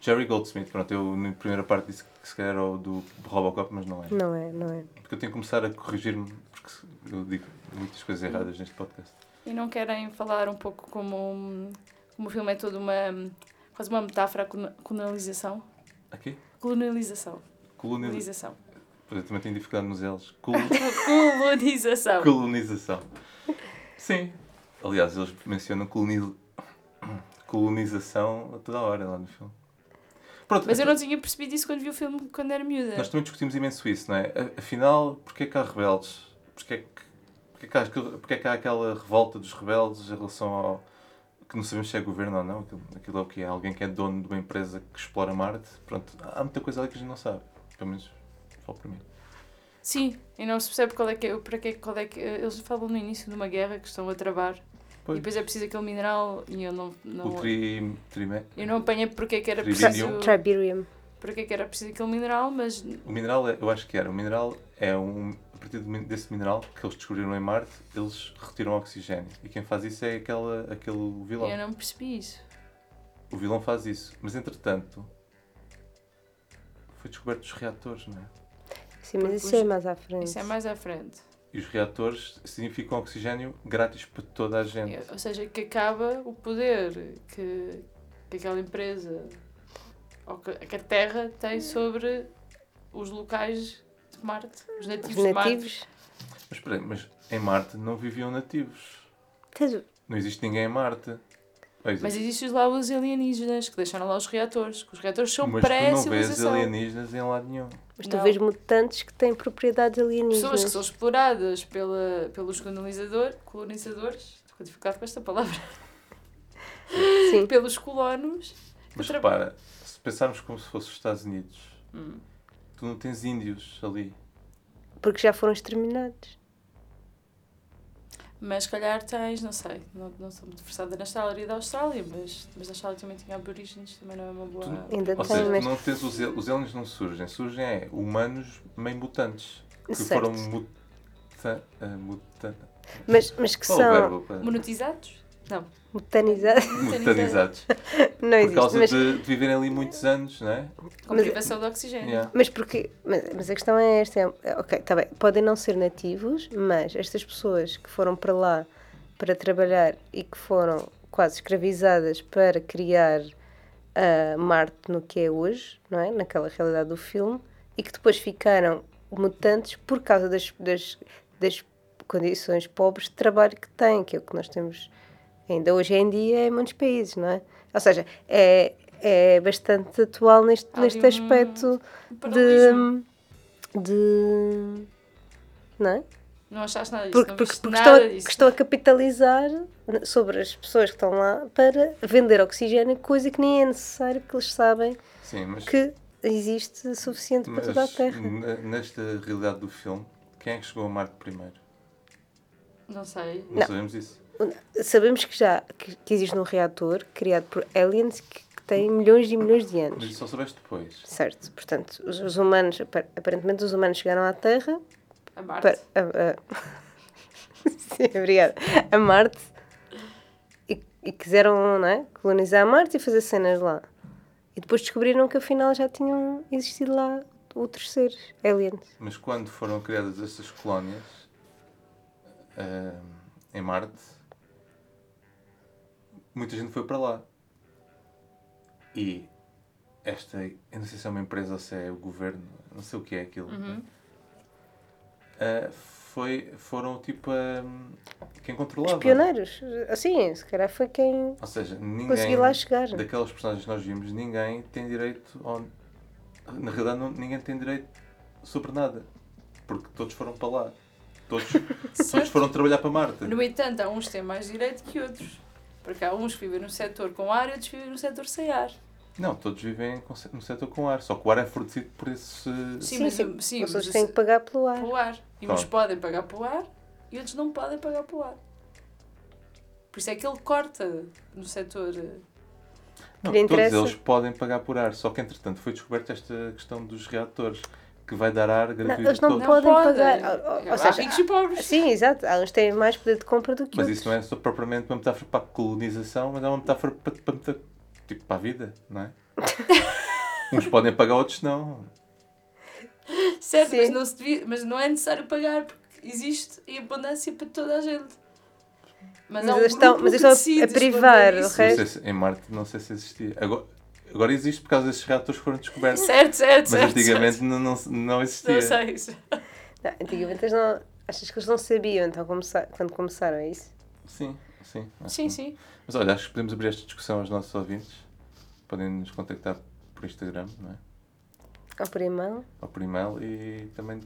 B: Jerry Goldsmith, pronto, eu na primeira parte disse que se calhar era o do Robocop, mas não é.
A: Não é, não
C: Hum.
A: é.
B: Porque eu tenho que começar a corrigir-me, porque se- eu digo muitas coisas erradas neste podcast.
C: E não querem falar um pouco como, como o filme é toda uma. quase uma metáfora à colon- colonialização?
B: Aqui?
C: Colonialização.
B: Colonização.
C: Colonização.
B: Eu também tenho dificuldade nos L's.
C: (laughs)
B: Colo-
C: Colonização.
B: Colonização. Sim. Aliás, eles mencionam coloni- (coughs) colonização a toda a hora lá no filme. Pronto,
C: Mas eu não tinha percebido isso quando vi o filme quando era miúda.
B: nós também discutimos imenso isso, não é? A- Afinal, porquê é que há rebeldes? Porquê é que, porquê é que, há, aquele- porquê é que há aquela revolta dos rebeldes em relação ao. que não sabemos se é governo ou não? Aquilo, aquilo é o que é? Alguém que é dono de uma empresa que explora Marte? Pronto, há muita coisa ali que a gente não sabe. Pelo menos, falo para mim.
C: é Sim, e não se percebe qual é que é, para que, qual é que. Eles falam no início de uma guerra que estão a travar
B: Pois.
C: E depois é preciso aquele mineral e eu não,
B: O
C: não, é.
B: tri... trime-
C: eu não apanhei porque é que era
B: Tribinium.
C: preciso
A: Triberium.
C: porque é que era preciso aquele mineral, mas
B: O mineral, é- eu acho que era. O mineral é um. A partir do min- desse mineral que eles descobriram em Marte, eles retiram oxigênio. E quem faz isso é aquela, aquele vilão.
C: eu não percebi isso.
B: O vilão faz isso. Mas entretanto. Foi descoberto os reatores, não é?
A: Sim, mas isso é mais à frente.
C: Isso é mais à frente.
B: E os reatores significam oxigênio grátis para toda a gente.
C: É, Ou seja, que acaba o poder que, que aquela empresa ou que, que a Terra
A: Hum.
C: tem sobre os locais de Marte, os nativos,
A: Os
C: de Marte.
A: nativos.
B: Mas espera aí, mas em Marte não viviam nativos.
A: Tens-
B: Não existe ninguém em Marte. Ou existe?
C: Mas existem lá os alienígenas que deixaram lá os reatores, que os reatores são
B: Mas tu não vês
C: é um pré-civilização.
B: alienígenas em lado nenhum.
A: Mas tu
C: Não.
A: vês mutantes que têm propriedades
C: Pessoas que
A: alienígenas.
C: são exploradas pela, pelos colonizador, colonizadores, estou codificado com esta palavra,
A: Sim.
C: pelos colonos. que
B: Mas
C: tra-
B: repara, se pensarmos como se fosse os Estados Unidos,
C: Hum.
B: tu não tens índios ali.
A: Porque já foram exterminados.
C: Mas se calhar tens, não sei, não, não sou muito versada na Austrália e da Austrália, mas, mas a Austrália também tinha aborígenes, também não é uma boa.
A: Ainda
B: Ou
A: tem,
B: seja,
A: mas-
B: tu não tens os, el- os aliens não surgem, surgem é humanos meio mutantes. Que
A: Certo.
B: foram muta, ah, muta,
A: Mas, mas que
B: qual é o
A: são
B: verbo para-
C: Monetizados? Não.
A: mutanizados. (laughs)
B: mutanizados.
A: Não
B: Por
A: existe.
B: causa
A: Mas,
B: de, de viverem ali muitos anos, não é?
C: Com
A: Mas-
C: privação de oxigênio.
B: Yeah.
A: mas porque. Mas, mas a questão é esta. é- é, ok, está bem. Podem não ser nativos, mas estas pessoas que foram para lá para trabalhar e que foram quase escravizadas para criar ah, Marte no que é hoje, não é? Naquela realidade do filme, e que depois ficaram mutantes por causa das, das, das condições pobres de trabalho que têm, que é o que nós temos ainda hoje em dia em muitos países, não é? Ou seja, é, é bastante atual neste,
C: Há ali
A: neste
C: um
A: aspecto
C: paralelismo.
A: de. de. não é?
C: Não achaste nada disso,
A: Porque,
C: não
A: porque,
C: viste
A: porque estão,
C: nada
A: a,
C: disso.
A: porque estão a capitalizar sobre as pessoas que estão lá para vender oxigênio, coisa que nem é necessário que eles sabem
B: Sim, mas,
A: que existe suficiente para
B: mas hum,
A: toda a Terra.
B: n- nesta realidade do filme, quem é que chegou a Marte primeiro?
C: Não sei.
B: Não,
A: Não.
B: sabemos isso.
A: Sabemos que já que, que existe um reator criado por aliens que, que tem milhões e milhões de
B: Mas
A: anos.
B: isso só soubeste depois.
A: Certo, portanto, os, os humanos, apar- aparentemente os humanos chegaram à Terra
C: A Marte.
A: para, a, a- (laughs) Sim, obrigada. A Marte e, e quiseram não é, colonizar a Marte e fazer cenas lá. E depois descobriram que afinal já tinham existido lá outros seres aliens.
B: Mas quando foram criadas estas colónias ah, em Marte, muita gente foi para lá. E esta, eu não sei se é uma empresa ou se é o governo, não sei o que é aquilo. ah, foi, foram tipo ah, quem controlava.
A: Os pioneiros. Assim, se calhar foi quem.
B: Ou seja, ninguém
A: Consegui lá chegar.
B: daquelas personagens que nós vimos, ninguém tem direito ao- na realidade não- ninguém tem direito sobre nada. Porque todos foram para lá.
A: (laughs)
B: Todos, todos
C: Certo.
B: foram trabalhar para Marte.
C: No entanto, há uns que têm mais direito que outros. Porque há uns que vivem num setor com ar e outros que vivem num setor sem ar.
B: Não, todos vivem com se- no setor com ar. Só que o ar é fornecido por esse.
C: Sim, mas,
A: sim,
C: sim,
A: as pessoas
C: mas
A: têm
C: isso- é
A: que pagar pelo ar.
C: pelo ar. E
B: Claro.
C: uns podem pagar pelo ar e outros não podem pagar pelo ar. Por isso é que ele corta no setor. eh,
B: Não,
A: lhe
B: todos
A: interessa.
B: eles podem pagar por ar. Só que entretanto foi descoberta esta questão dos reatores que vai dar ar
A: Não,
B: gratuito a
A: eles não,
B: todos.
A: podem
C: podem.
A: pagar. Ou, ou- ou
C: Há
A: seja, ah,
C: ricos e pobres.
A: sim, exato. Há uns que têm mais poder de compra do que
B: Mas
A: outros.
B: isso não é só propriamente uma metáfora para a colonização, mas é uma metáfora para, para, para- tipo, para a vida, não
C: (laughs)
B: é? Uns podem pagar, outros não.
C: Certo, mas
A: Sim.
C: não, se devia- mas não é necessário pagar porque existe em abundância para toda a gente. Mas,
A: Mas
C: há um
A: eles estão-
C: grupo
A: mas
C: que
A: estão a-
C: decide
A: a privar
C: esconder
A: o
C: é isso.
B: Não
A: resto.
B: sei se- em Marte não sei se existia. Agora, agora existe por causa desses reatores que foram descobertos.
C: Certo,
B: Mas
C: certo, certo.
B: antigamente
C: certo.
B: não, não, não existia.
C: Não sei isso.
A: Não,
C: é-
A: antigamente eles não. Achas que eles não sabiam então começa- quando começaram, é isso?
B: Sim, sim. acho
C: Sim,
B: que-
C: sim.
B: Mas olha, acho que podemos abrir esta discussão aos nossos ouvintes. Podem nos contactar por Instagram, não é?
A: Ou por e-mail?
B: Ou por e-mail e também.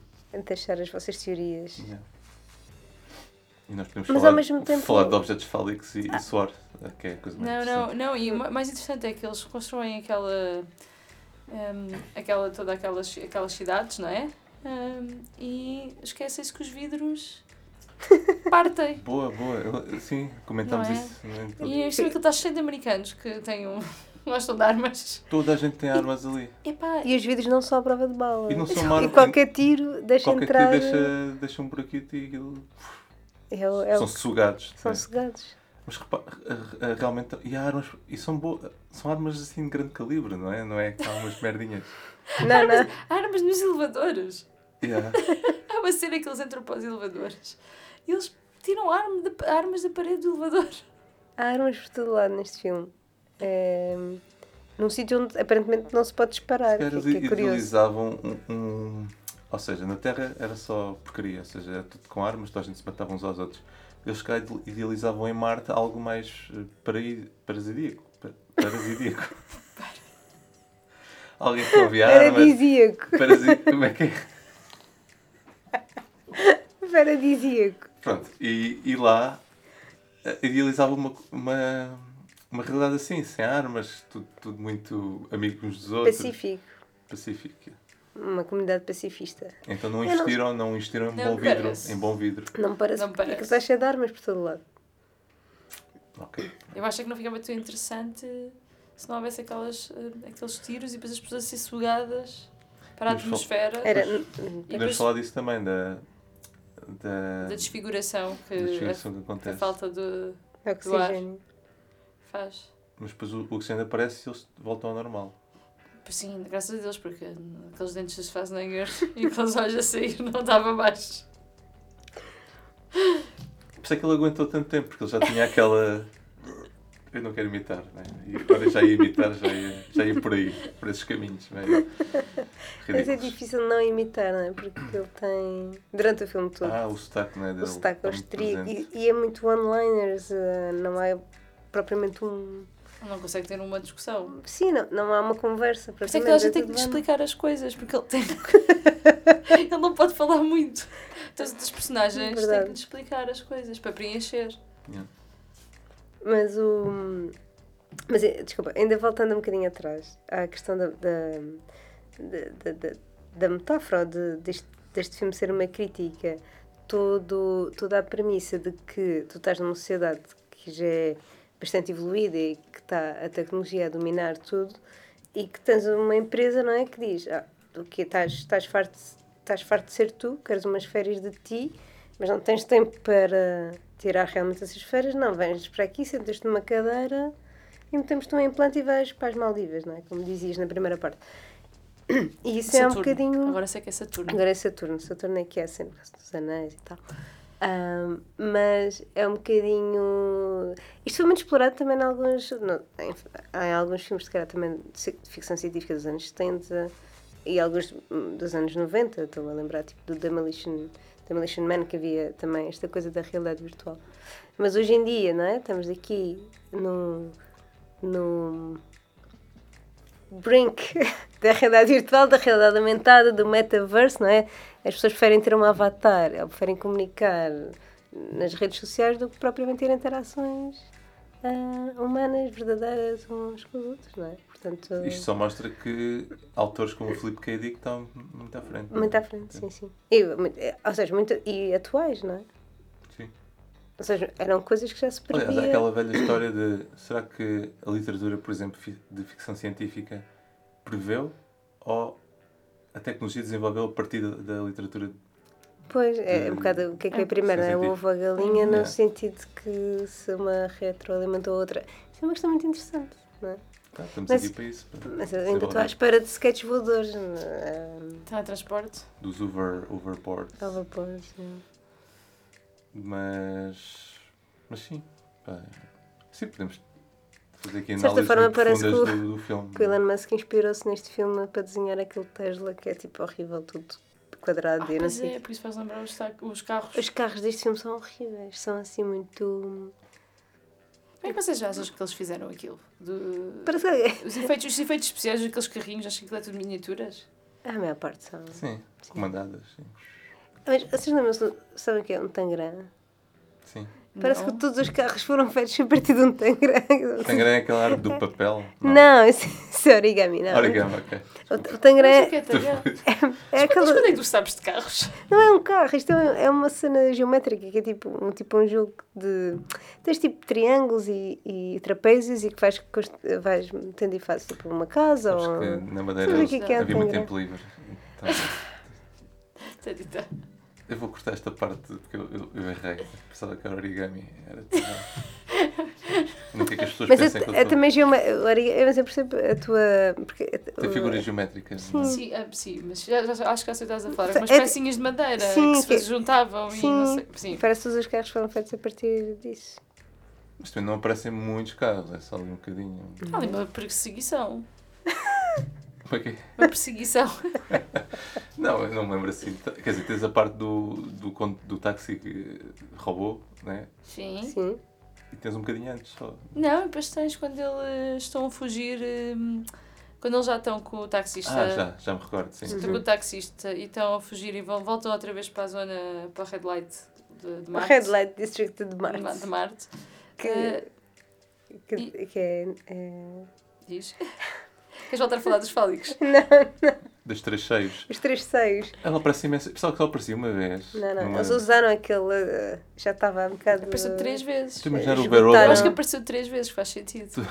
A: Deixar as vossas teorias.
B: yeah. E nós podemos
A: Mas ao
B: falar,
A: mesmo tempo-
B: falar de objetos fálicos e, e suor, que é a coisa mais
C: Ah. Não,
B: interessante.
C: não, não, e o ma- mais interessante é que eles constroem aquela, hum, aquela toda aquelas, aquelas cidades, não é? Hum, e esquecem-se que os vidros Partem.
B: Boa, boa. Eu- Sim, comentámos
C: Não é?
B: isso. né?
C: E isto que está cheio de americanos que têm um. (laughs) gostam de armas.
B: Toda a gente tem armas ali.
C: Epá,
A: E os vídeos não são à prova de bala.
B: E não são mar-
A: E qualquer tiro deixa
B: Qualquer
A: entrar.
B: que deixa, deixa um buraquito e aquilo-
A: é o- é o
B: são
A: que-
B: sugados.
A: são
B: né?
A: sugados.
B: Mas repa- a- a- realmente, e há armas, e são, boas, são armas assim de grande calibre, não é? Não é que há umas merdinhas.
A: Não, não.
C: armas nos elevadores.
B: Yeah.
C: Há uma cena que eles entram para os elevadores. E eles tiram arma da- armas da parede do elevador.
A: Há armas por todo lado neste filme. É, Num sítio onde aparentemente não se pode disparar.
B: Eles
A: que, que é curioso.
B: idealizavam um, um- Ou seja, na Terra era só porcaria, ou seja, era tudo com armas, toda a gente se matava uns aos outros. Eles cá ide- idealizavam em Marte algo mais eh, paraí- parasidíaco. pa- Parasidíaco.
A: (laughs)
B: Alguém que ouve armas.
A: Paradisíaco.
B: Parasi... Como é que é?
A: (laughs) Paradisíaco.
B: Pronto, e, e lá eh, idealizava uma, uma, uma realidade assim, sem armas, tudo, tudo muito amigos uns dos outros.
A: Pacífico.
B: Pacífica.
A: Uma comunidade pacifista.
B: Então não
A: Eu não-
B: investiram, não... investiram em
C: Não
B: bom vidro.
C: parece.
B: Em bom vidro.
A: Não me parece,
C: Não me
A: porque
C: parece.
A: aquilo está cheio de armas por todo lado.
B: Ok.
C: Eu acho é que não ficava tão interessante se não houvesse aquelas, eh, aqueles tiros e depois as pessoas a ser sugadas para a
B: Mas só-
C: atmosfera
A: Era.
C: e
B: Podemos
C: depois
B: falar disso também, da. da.
C: da desfiguração que
B: da
C: a,
B: desfiguração que
C: que a
B: acontece.
C: falta de
A: Oxigênio.
C: faz.
B: Mas depois o, o que ainda aparece e eles voltam ao normal.
C: Pois Sim, graças a Deus, porque aqueles dentes de Schwarzenegger (laughs) e aqueles olhos a sair não dava mais.
B: Por isso é que ele aguentou tanto tempo, porque ele já tinha aquela. (laughs) Eu não quero imitar, né? E agora já ia imitar, já ia, já ia por aí, por esses caminhos. Meio...
A: Mas é
B: ridículos.
A: difícil não imitar, não é? Porque ele tem. Durante o filme todo.
B: Ah, o sotaque, não é? Dele,
A: o sotaque
B: está muito
A: austríaco.
B: presente.
A: E, e é muito one-liners. eh, Não é propriamente um.
C: Não consegue ter uma discussão.
A: Sim, não, não há uma conversa.
C: Por isso é que a gente tem que lhe explicar as coisas, porque ele tem. (laughs) ele não pode falar muito. Então, os personagens têm
A: Verdade.
C: que lhe explicar as coisas para preencher.
A: Mas o. Mas, eh, desculpa, ainda voltando um bocadinho atrás à questão da. da, da, da, da- da metáfora ou de, deste, deste filme ser uma crítica, todo, toda a premissa de que tu estás numa sociedade que já é bastante evoluída e que está a tecnologia a dominar tudo e que tens uma empresa, não é? Que diz: ah, o que estás, estás, farto, de- estás farto de ser tu, queres umas férias de ti, mas não tens tempo para tirar realmente essas férias, não. Vens para aqui, sentas-te numa cadeira e metemos-te um implante e vais para as Maldivas, não é? Como dizias na primeira parte. E isso é um
C: Saturno.
A: bocadinho.
C: Agora sei que é Saturno.
A: Agora é Saturno, Saturno é que é a cena dos anéis e tal. Ahm, mas é um bocadinho. Isto foi muito explorado também em alguns. no- em, em alguns filmes, se calhar também de ci- de ficção científica dos anos 70 e alguns hum, dos anos 90. Estou a lembrar tipo, do Demolition, Demolition Man, que havia também esta coisa da realidade virtual. Mas hoje em dia, não é? Estamos aqui no. no brink (laughs) da realidade virtual, da realidade aumentada, do metaverso, não é? As pessoas preferem ter um avatar, ou preferem comunicar nas redes sociais do que propriamente ter interações ah, humanas, verdadeiras uns com os outros, não é? Portanto,
B: Isto só mostra que autores como o Filipe K. Dick estão muito à frente.
A: muito à frente, sim, sim. E, muito- ou seja, muito, e atuais, não é?
B: Sim.
A: Ou seja, eram coisas que já se
B: Aliás,
A: previa.
B: há aquela velha história de será que a literatura, por exemplo, fi- de ficção científica preveu ou a tecnologia desenvolveu a partir da, da literatura?
A: Pois,
B: Hum,
A: é, é um bocado o que é que é primeiro,
B: Sim,
A: né?
B: sim, sim.
A: o ovo ou a galinha,
B: Yeah.
A: no sentido que se uma retroalimenta a outra. Isso é uma questão muito interessante, não é?
B: Tá, estamos
A: Mas-
B: aqui para isso. é Para
A: Mas eu ainda estou à
B: desenvolver.
A: espera de sketch voadores. né? ah,
C: Teletransporte.
B: Dos over, overboard.
A: Overboard, sim.
B: Mas. Mas sim. pá, sim, podemos fazer aqui
A: De certa
B: análises
A: forma,
B: muito
A: parece que
B: profundas
A: o-
B: do, do filme.
A: Que o Elon Musk inspirou-se neste filme para desenhar aquele Tesla que é tipo horrível, tudo quadrado
C: Ah,
A: e não
C: pois
A: sei.
C: é,
A: o quê.
C: por isso faz lembrar os, ta- os carros.
A: Os carros deste filme são horríveis, são assim muito.
C: Como é que vocês acham que eles fizeram aquilo? Do-
A: Parece que.
C: Os, efeitos, os efeitos especiais daqueles carrinhos, acho que aquilo é tudo miniaturas.
A: é, A maior parte são.
B: Sim, comandadas. Sim.
A: Mas vocês lembram-se, do- sabem o que é um Tangram?
B: sim.
A: Parece
C: Não.
A: que todos os carros foram feitos a partir de um tangrão.
B: Tangaré é aquela
A: (laughs)
B: arte do papel?
A: Não, (laughs) isso, isso é origami, não.
B: Origami, ok.
A: O,
B: (laughs)
A: o tangrão
C: Mas o
A: é,
C: que
A: (laughs)
C: é talhar?
A: é
C: Mas quando é
A: aquele.
C: que tu sabes de carros? (laughs)
A: Não é um carro, isto é, é uma cena geométrica que é tipo um, tipo um jogo de. Tens tipo triângulos e, e trapézios e que vais, const- vais metendo e fazes tipo uma casa
B: Acho
A: ou.
B: que na Madeira
A: Sabes o que é que é
B: havia muito
A: Tangaré?
B: tempo livre.
A: (laughs)
B: Então,
C: Tá, tá, tá.
B: eu vou cortar esta parte porque eu, eu, eu errei. Pensava que era origami.
A: (laughs)
B: Era tipo... Nunca que as pessoas
A: Mas
B: pensem que eu
A: é, é
B: sou-
A: também geométrica. Eu sempre percebo a tua. Porque,
B: Tem figuras geométricas. não é?
C: Sim, ah, sim, mas já, já- acho que já sei o que estás a falar. Umas
A: Hum. É-
C: pecinhas de madeira
A: Sim,
C: que se
A: que-
C: juntavam e não sei.
A: Sim, Tá.
C: Sim.
A: parece que todos os carros foram feitos a partir disso.
B: Mas também não aparecem muitos carros, é só ali um bocadinho.
C: Há ali uma perseguição.
B: Como é que é?
C: Uma perseguição. (laughs)
B: Não, eu não me lembro assim. Quer dizer, tens a parte do, do, con- do táxi que roubou, né?
C: Sim.
A: Sim.
B: E tens um bocadinho antes só.
C: Não, e depois tens quando eles estão a fugir, hum, quando eles já estão com o taxista.
B: Ah, já, já me recordo, sim.
C: Estão
A: Uhum.
C: com o taxista e estão a fugir e vão, voltam outra vez para a zona, para a red light de, de
A: O
C: Marte.
A: Red Light District de
C: De Ma-
A: Marte.
C: de Marte.
A: Que-
C: Eh,
A: Que, que é, é- (laughs)
C: diz. (laughs) Queres voltar a falar dos fálicos?
A: Eh,
B: Das três cheios.
A: Os três seios.
B: Ela aparecia imenso. Pessoal que só aparecia uma vez.
A: Não, não.
B: Numa-
A: Eles usaram aquele. eh, Já estava um bocado.
C: Apareceu três vezes.
B: Estou a imaginar o
A: Esgotaram.
B: Verona.
C: Eu acho que apareceu três vezes, faz sentido.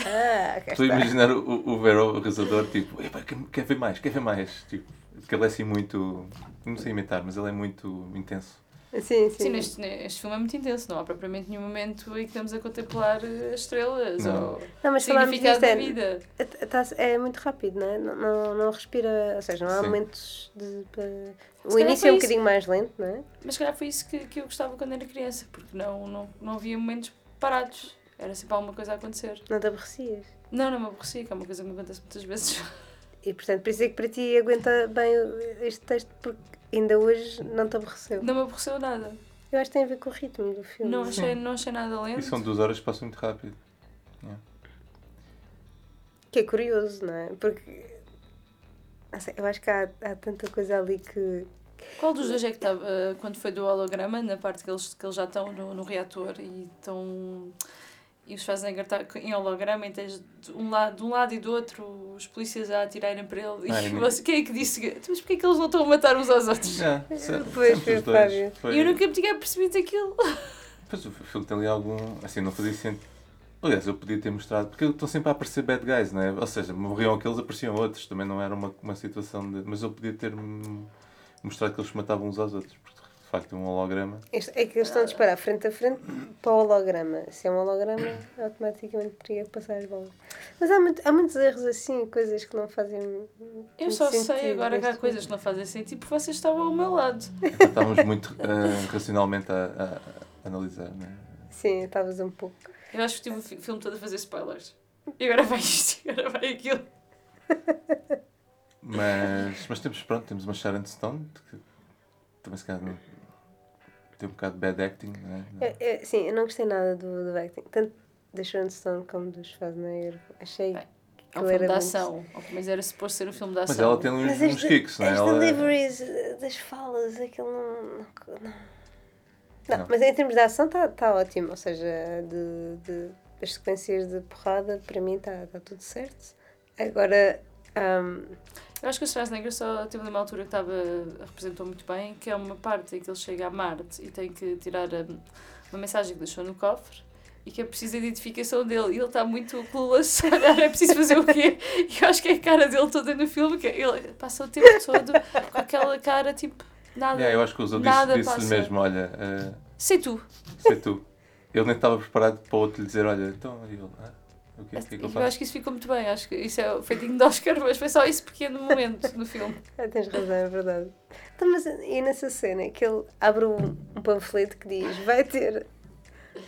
A: Ah, cá está.
B: Estou a imaginar o, o Verão o rezador, tipo, "Epá, quer, quer ver mais, quer ver mais. Tipo, porque ele é assim muito. Não sei imitar, mas ele é muito intenso.
A: Sim,
C: Sim,
A: sim.
C: neste, este filme é muito intenso, não há propriamente nenhum momento em que estamos a contemplar eh, as estrelas
B: Não.
C: ou
A: Não,
C: o
A: mas falámos disto.
C: significado da
A: É,
C: vida.
A: é- tá- é muito rápido, não é? Não, não, não respira. Ou seja, não há
B: Sim.
A: momentos de. para- O
C: calhar
A: início
C: foi
A: é um
C: isso.
A: bocadinho mais lento, não é?
C: Mas se calhar foi isso que, que eu gostava quando era criança, porque não, não, não havia momentos parados. Era sempre alguma coisa a acontecer.
A: Não te aborrecias.
C: Não, não me aborrecia, que é uma coisa que me acontece muitas vezes.
A: E portanto, por isso é que para ti aguenta bem este texto, porque ainda hoje não te aborreceu.
C: Não me aborreceu nada.
A: Eu acho que tem a ver com o ritmo do filme.
C: Não achei, não achei nada
B: E
C: lento.
B: são duas horas que passam muito rápido.
A: Que é curioso, não é? Porque. não sei, eu acho que há, há tanta coisa ali que.
C: Qual dos dois é que estava eh, quando foi do holograma, na parte que eles, que eles já estão no, no reator e estão. E os fazem agartar em holograma e tens de um lado, de um lado e do outro os polícias a atirarem para ele.
B: Ai,
C: e
B: não.
C: você, quem é que disse? que- Mas porquê é que eles não estão a matar uns aos outros?
B: Já, se-
A: Pois,
B: É, sempre os
A: foi,
B: dois.
A: Fábio.
B: Foi-
C: Eu nunca me tinha
A: (laughs)
C: percebido aquilo.
B: Pois o filme tem ali algum. Assim, não fazia sentido. Aliás, eu podia ter mostrado, porque estão sempre a aparecer bad guys, né? Ou seja, morriam aqueles, apareciam outros, também não era uma, uma situação de. Mas eu podia ter hum, mostrado que eles se matavam uns aos outros, porque de facto é um holograma.
A: Este- É que eles estão a disparar frente a frente para o holograma. Se é um holograma, automaticamente teria que passar as bolas. Mas há, muito- há muitos erros assim, coisas que não fazem.
C: Eu
A: muito
C: só sei
A: sentido
C: agora que há
A: neste
C: coisas que não fazem sentido porque vocês estavam ao meu lado.
B: Então, estávamos muito ah, racionalmente a, a- a analisar, né?
A: filme. Sim, estavas um pouco.
C: Eu acho que tive o fi- filme todo a fazer spoilers. E agora vai isto, (laughs) e agora vai aquilo.
B: Mas, mas temos, pronto, temos uma Sharon Stone, que também se calhar não- tem um bocado de bad acting, né?
A: Eu- eu- É, sim, eu não gostei nada do, do acting, tanto da Sharon Stone como do Schwarzenegger. Achei
C: Bem,
A: que
C: É um
A: ele
C: filme
A: era
C: de
A: muito-
C: ação. Ou pelo menos era suposto ser um filme de ação.
B: Mas ela tem uns,
A: Mas
B: uns
A: as,
B: kicks, né?
A: as
B: Ela-
A: deliveries eh, das falas, aquilo não. Não, não. Não,
B: Não.
A: mas em termos de ação está tá ótimo, ou seja, de, de- as sequências de porrada, para mim está tá tudo certo. Agora, hum, ahm,
B: um-
C: Eu acho que o Schwarzenegger só teve numa altura que estava, representou muito bem, que é uma parte em que ele chega a Marte e tem que tirar hum, uma mensagem que deixou no cofre e que é preciso a identificação dele. E ele está muito clueless, (laughs) a olhar, é preciso fazer o quê? E eu acho que é a cara dele toda no filme, que ele passa o tempo todo com aquela cara tipo, nada.
B: Yeah, eu acho que usou
C: Nada
B: disse- disse-lhe
C: passa.
B: mesmo, olha, ah,
C: Sei tu.
B: sei tu. Ele nem estava preparado para o outro lhe dizer, olha, então, e ele, ah, o que é o que é que eu
C: eu acho
B: faço?
C: que isso ficou muito bem, acho que isso é o feitinho de Oscar, mas foi só esse pequeno momento no filme.
A: (laughs) ah, tens razão, é verdade. Então, mas e nessa cena que ele abre um, um panfleto que diz: vai ter.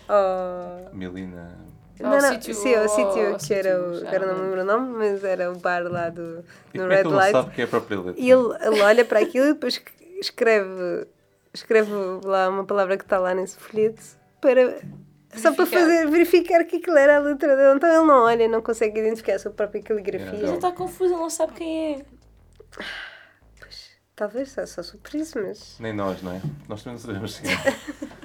A: ao-
B: Milina,
C: Ao
A: Não, não,
C: sítio-
A: sim, ao
C: ao
A: sítio que era o.
C: sítio, já
A: Agora não
C: não
A: me lembro o nome, mas era o bar lá do,
B: e
A: no
B: como
A: Red
B: é que ele não
A: Light.
B: sabe o que é a própria letra?
A: E ele, ele olha para aquilo e depois escreve, escreve lá uma palavra que está lá nesse folheto para. Só para
C: Verificar.
A: fazer, verificar que aquilo era a letra dele. Então ele não olha, não consegue identificar a sua própria
B: Yeah.
A: caligrafia.
C: Ele está confuso, ele não sabe quem é.
A: Talvez só, só sobre isso, mas.
B: Nem nós, não é? Nós também não sabemos quem é.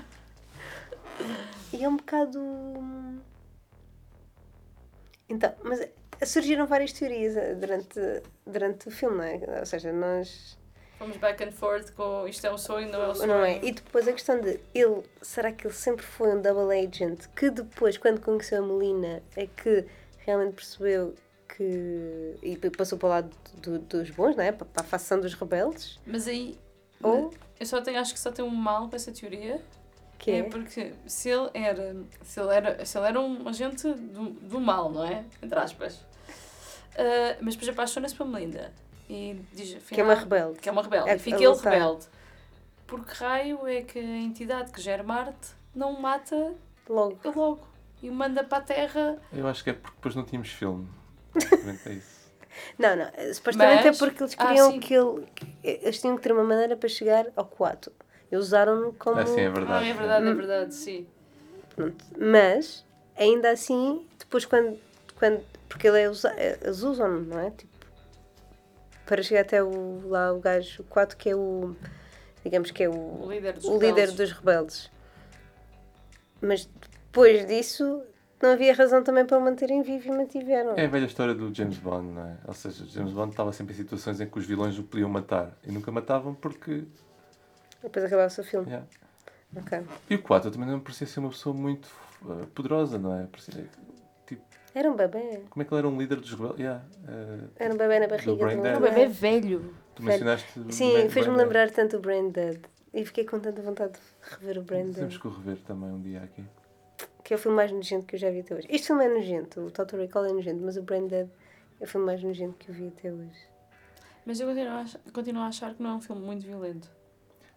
A: E é um bocado. hum, Então, mas surgiram várias teorias eh, durante, durante o filme, não é? Ou seja, nós.
C: Vamos back and forth com isto é um sonho, não é um sonho.
A: Não é? E depois a questão de ele, será que ele sempre foi um double agent que depois, quando conheceu a Melina, é que realmente percebeu que. e passou para o lado do- dos bons, não é? Para para a facção dos rebeldes?
C: Mas aí
A: Ou
C: eu só tenho, acho que só tenho um mal para essa teoria.
A: que
C: É
A: é?
C: porque se ele era, se ele era, se ele era um agente do, do mal, não é? Entre aspas. Ah, mas depois apaixona-se pela Melinda e diz
A: Que é
C: afinal,
A: uma rebelde.
C: que é uma rebelde.
A: É
C: e fica
A: a
C: ele
A: lutar.
C: rebelde. Por que raio é que a entidade que gera Marte não o mata
A: Logo.
C: logo e o manda para a Terra?
B: Eu acho que é porque depois não tínhamos
A: (laughs)
B: filme. Basicamente é isso.
A: Não, não. eh, Supostamente
C: Mas-
A: é porque eles
C: Ah,
A: queriam
C: sim.
A: que ele. que eles tinham que ter uma maneira para chegar ao 4. Eles usaram-no como.
B: É sim, é
C: Ah,
B: verdade.
C: é
A: Hum.
C: verdade, é verdade, sim.
A: Mas, ainda assim, depois quando. quando porque ele é usa, eh, eles usam-no, não é? Tipo, para chegar até o, lá o gajo 4, que é o. Digamos que é o.
C: O líder dos
A: o líder
C: rebeldes.
A: dos rebeldes. Mas depois disso, não havia razão também para o manterem vivo e mantiveram.
B: É a velha história do James Bond, não é? Ou seja, o James Bond estava sempre em situações em que os vilões o podiam matar e nunca matavam porque.
A: Depois acabava-se o filme.
B: yeah.
A: Ok.
B: E o 4 também não parecia ser uma pessoa muito eh, poderosa, não é? Parecia- tipo,
A: Era um bebê.
B: como é que ele era um líder dos rebeldes? Yeah, eh,
A: Era um bebê na
B: Do
A: barriga. de
B: brain
A: um-
B: dead.
A: Era
B: Um
A: um
B: bebê
C: velho.
B: tu mencionaste. o
A: Sim,
B: Brand-
A: fez-me
B: Brand-
A: lembrar tanto o Brain Dead. E fiquei com tanta vontade de rever o Brain Dead.
B: Temos que o rever também um dia aqui.
A: Que é o filme mais nojento que eu já vi até hoje. Este filme é nojento, o Total Recall é nojento, mas o Brain Dead é o filme mais nojento que eu vi até hoje.
C: Mas eu continuo a, achar, continuo a achar que não é um filme muito violento.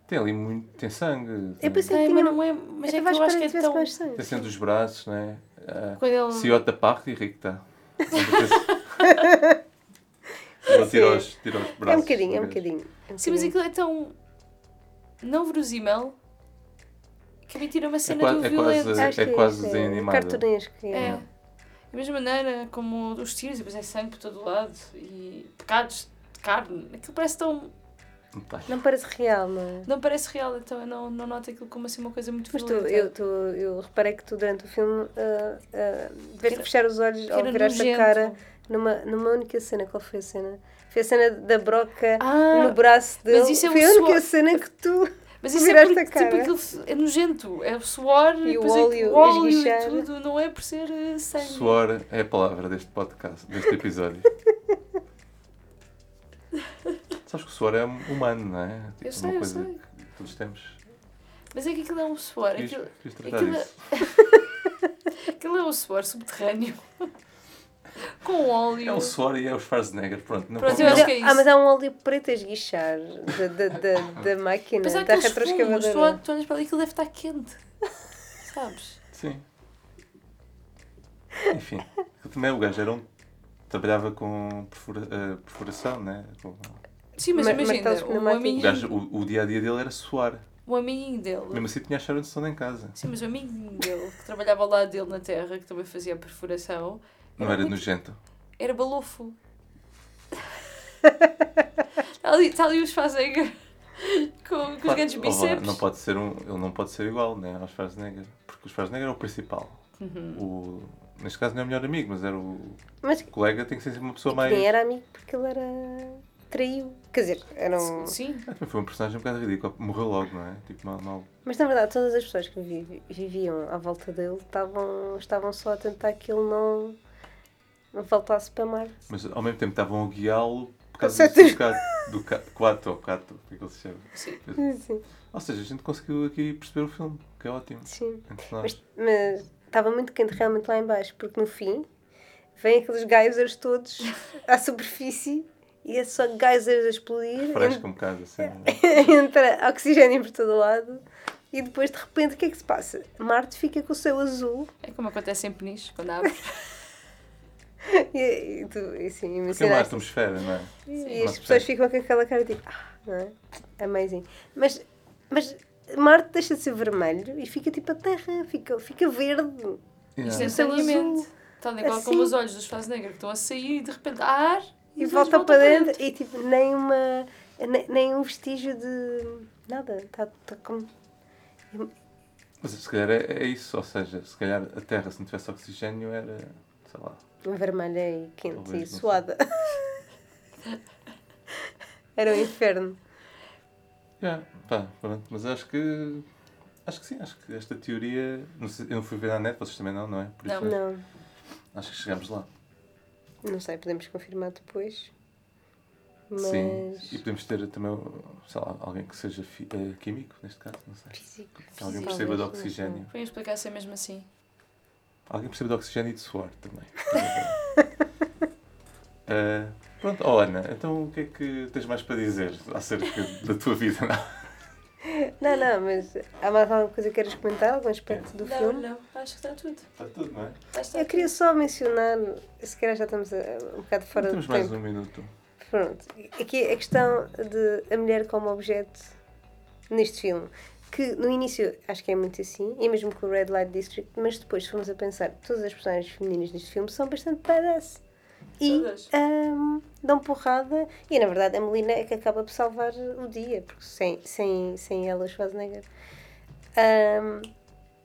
B: Tem ali muito. Tem sangue. Tem,
A: Eu pensei
C: É,
A: que
C: mas
A: tinha...
C: não é.
A: até
C: Mas é que
A: vais
C: eu acho
A: parar
C: que
A: de
C: é
A: ver-se
C: tão.
A: mais sangue.
B: tem sangue dos braços, não é? Eh,
C: Quando ele...
B: Ciota parte
A: (laughs)
B: e Ricta. Vou tirar os, tira os braços.
A: É um bocadinho, é um
B: talvez.
A: bocadinho. é um
C: Sim, mas
A: bocadinho.
C: aquilo é tão não verosímil que me tira uma
B: É,
C: cena do
B: quase, é,
C: violento.
B: quase,
A: Acho
B: é
A: que
B: quase
A: isso,
B: desanimado.
A: Cartunesco. é.
C: É. Da mesma maneira como os tiros, depois é sangue por todo lado e pecados de carne. Aquilo parece tão.
B: Não tá.
A: Não parece real, não é?
C: não parece real, então eu não, não noto aquilo como assim uma coisa muito
A: Mas tu,
C: violenta.
A: eu, tu, eu reparei que tu durante o filme ah, ah, tiveste de fechar os olhos
C: que
A: ao
C: era
A: virar esta
C: nojento.
A: cara numa, numa única cena. Qual foi a cena? Foi a cena da broca
C: Ah,
A: no braço dele.
C: mas isso é
A: foi
C: o
A: a única
C: suor.
A: cena que tu.
C: Mas isso é
A: viraste
C: porque
A: a
C: tipo,
A: cara.
C: aquilo é nojento, é o suor
A: E o
C: depois é que
A: óleo
C: o
A: a
C: óleo e
A: esguichar.
C: tudo, não é por ser eh, sangue.
B: Suor é a palavra deste podcast, deste
C: (laughs)
B: episódio. Sabes que o suor é humano, não é? Tipo,
C: Eu sei,
B: uma
C: eu
B: coisa
C: sei.
B: que todos temos.
C: Mas é que aquilo é um suor,
B: Quis,
C: aquilo,
B: quis tratar
C: aquilo é-
B: disso.
C: aquilo é um suor subterrâneo (laughs) com óleo.
B: É o suor e é o Schwarzenegger, pronto. Não
C: Pronto, eu
B: não-
C: acho que é isso.
A: Ah, mas há um óleo preto a esguichar da, da,
C: (laughs)
A: da, da máquina,
C: Mas há
A: da
C: aqueles fumos, tu,
A: retroescavadora.
C: tu olhas para ali que ele deve
A: (laughs)
C: estar quente. Sabes?
B: Sim. Enfim, eu também o gajo era um... Trabalhava com perfura, eh, perfuração, né? Com-
C: Sim, mas
A: Ma-
C: imagina,
A: martelos
C: o
A: pneumáticos.
B: O,
C: amiguinho,
B: gajo, o, o dia a dia dele era suar.
C: o amiguinho dele.
B: Mesmo assim, tinha a Sharon Stone em casa.
C: Sim, mas o amiguinho dele, que trabalhava ao lado dele na terra, que também fazia perfuração,
B: Não era
C: muito-
B: nojento.
C: era (laughs) balofo. Está ali, está ali os fazem com, com os grandes
B: Claro, oh,
C: bíceps.
B: Não pode ser um, ele não pode ser igual né, ao Schwarzenegger, porque o Schwarzenegger é o principal.
C: Uhum.
B: O, neste caso não é o melhor amigo, mas era o,
A: Mas
B: o colega tem que ser sempre uma pessoa mais.
A: quem era amigo porque ele era. traiu. Quer dizer, era um.
C: Sim,
B: Ah, também Foi um personagem um bocado ridículo, morreu logo, não é? Tipo, mal, mal.
A: Mas na verdade, todas as pessoas que vi- viviam à volta dele estavam, estavam só a tentar que ele não, não voltasse para Marte.
B: Mas ao mesmo tempo estavam a guiá-lo por
A: Com
B: causa do
A: (laughs) certeza.
B: sindicato, do ca- Quato, ou Cato, como é que ele se chama?
C: sim.
A: (laughs) Sim,
B: Ou seja, a gente conseguiu aqui perceber o filme, que é ótimo.
A: sim.
B: Entre nós.
A: Mas, mas estava muito quente realmente lá em baixo, porque no fim vêm aqueles geysers todos à superfície e é só geysers a explodir.
B: Fresca um bocado assim. não
A: (laughs)
B: é?
A: entra oxigênio por todo lado e depois de repente o que é que se passa? Marte fica com o céu azul (laughs)
C: É como acontece em Peniche, quando (laughs) abre.
A: e, e, tu, e assim, e me
B: Porque é uma
A: ensinaste
B: atmosfera, não é?
A: isso.
B: Sim.
A: e as pessoas ficam com aquela cara tipo, ah, não é? Amazing. Mas, mas Marte deixa de ser vermelho e fica tipo a Terra, fica, fica verde.
C: Isto
B: Yeah.
C: é
A: Sim.
C: saneamento. Tal e qual
A: Assim.
C: como os olhos dos faz negro que estão a sair e de repente ar
A: E
C: os olhos
A: volta
C: voltam
A: para dentro e tipo, nem uma. tá Nem, nem um vestígio de. Nada. Está tá como.
B: Mas se calhar é, é isso, ou seja, se calhar a Terra, se não tivesse oxigênio, era, sei lá,
A: Vermelha e quente
B: Talvez, não
A: e
B: sei.
A: suada. (laughs) Era o inferno.
B: Yeah, pá, pronto, mas acho que acho que sim, acho que esta teoria. Não sei, eu não fui ver à net, vocês também não, não é? Por isso
C: Não.
B: acho-
A: Não,
B: Acho que chegamos lá.
A: não sei, podemos confirmar depois. Mas
B: Sim. E podemos ter também, sei lá, alguém que seja fi- eh, químico, neste caso, não sei.
A: físico.
B: Que alguém
A: Sim,
B: perceba
A: talvez,
B: de
A: não sei.
B: oxigênio.
C: Vem explicar se é mesmo assim.
B: Alguém perceba de oxigênio e de suor também. (laughs) Eh, pronto, oh, Ana, então o que é que tens mais para dizer acerca da tua vida? (laughs)
A: Não, não, mas há mais alguma coisa que queiras comentar? Algum aspecto do
C: Não,
A: filme?
C: não, acho que está tudo.
B: Está tudo, não é?
C: Já está
A: Eu queria só mencionar, se calhar já estamos a- um bocado fora
B: Temos
A: do
B: mais
A: tempo.
B: um minuto.
A: Pronto, aqui a questão de a mulher como objeto neste filme, que no início acho que é muito assim, e mesmo com o Red Light District, mas depois se formos a pensar, todas as personagens femininas neste filme são bastante badass. E
C: Todas.
A: ahm, dão porrada, e na verdade a Melina é que acaba por salvar o dia, porque sem, sem, sem ela o Schwarzenegger ahm,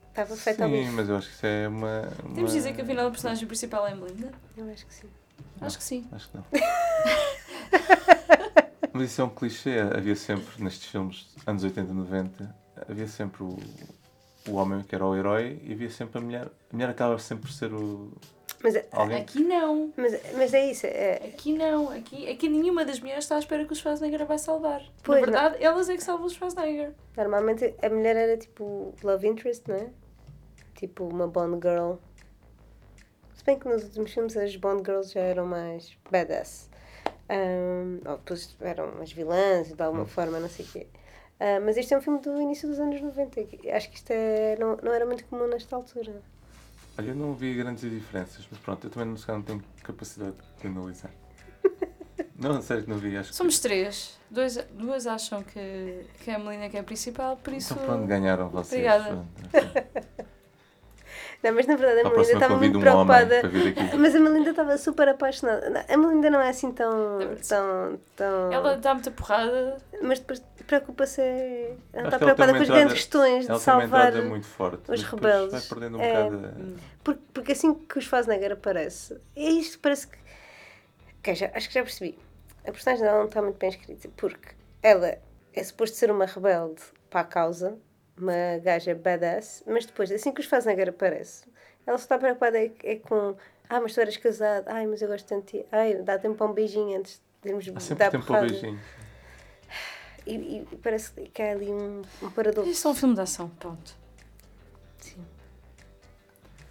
A: estava feito ao
B: Sim,
A: bife.
B: mas eu acho que isso é uma. uma...
C: Temos de dizer que afinal a personagem principal é a Melinda?
A: Eu acho que sim. (laughs)
C: Acho que sim.
B: Acho que não. Mas isso é um clichê. Havia sempre, nestes filmes, anos 80 e 90, havia sempre o, o homem que era o herói e havia sempre a mulher. A mulher acaba sempre por ser o,
A: Mas,
B: alguém.
C: Aqui não.
A: mas, mas é isso, é,
C: Aqui não. Aqui, aqui nenhuma das mulheres está à espera que o Schwarzenegger a vai salvar.
A: Pois,
C: Na verdade, elas é que salvam o Schwarzenegger.
A: Normalmente a mulher era tipo love interest, não é? Tipo uma Bond girl. Se bem que nos últimos filmes as Bond girls já eram mais badass. Ahm, ou depois eram umas vilãs de
B: Hum.
A: alguma forma, não sei o quê. Ah, mas este é um filme do início dos anos 90. que Acho que isto é, não, não era muito comum nesta altura.
B: Olha, eu não vi grandes diferenças, mas pronto, eu também não, se calhar não tenho capacidade
A: (laughs)
B: de analisar. Não, sério que não vi, acho que.
C: Somos três. Dois, duas acham que, que é a Melina que é a principal, por isso.
B: Então pronto, ganharam vocês.
C: Obrigada.
B: Pronto.
A: Não, mas na verdade a Melinda
B: Para a próxima
A: estava
B: convido
A: muito
B: um homem
A: preocupada.
B: para vir aqui.
A: Mas a Melinda estava super apaixonada. Não, A Melinda não é assim tão. tão, tão...
C: Ela dá muita porrada.
A: Mas depois preocupa-se. é- Ela
B: Acho
A: está
B: que ela tem
A: preocupada
B: uma
A: com as
B: entrada-
A: grandes questões
B: Ela
A: de
B: tem uma
A: salvar.
B: entrada muito forte. mas depois
A: rebeldes.
B: Vai perdendo um
A: É.
B: bocado. a-
A: Porque, porque assim que o Schwarzenegger aparece, é isto, parece que. Ok, já, acho que já percebi. A personagem dela não está muito bem escrita, porque ela é suposto ser uma rebelde para a causa, uma gaja badass, mas depois, assim que o Schwarzenegger aparece, ela só está preocupada é, é com. Ah, mas tu eras casado, ai, mas eu gosto tanto de ti, ai, dá tempo para um beijinho antes de irmos
B: Há
A: dar
B: sempre tempo para o
A: Hum, porrada.
B: beijinho.
A: E, e parece que há ali um, um paradoxo.
C: Isto é um filme de ação, pronto.
A: Sim.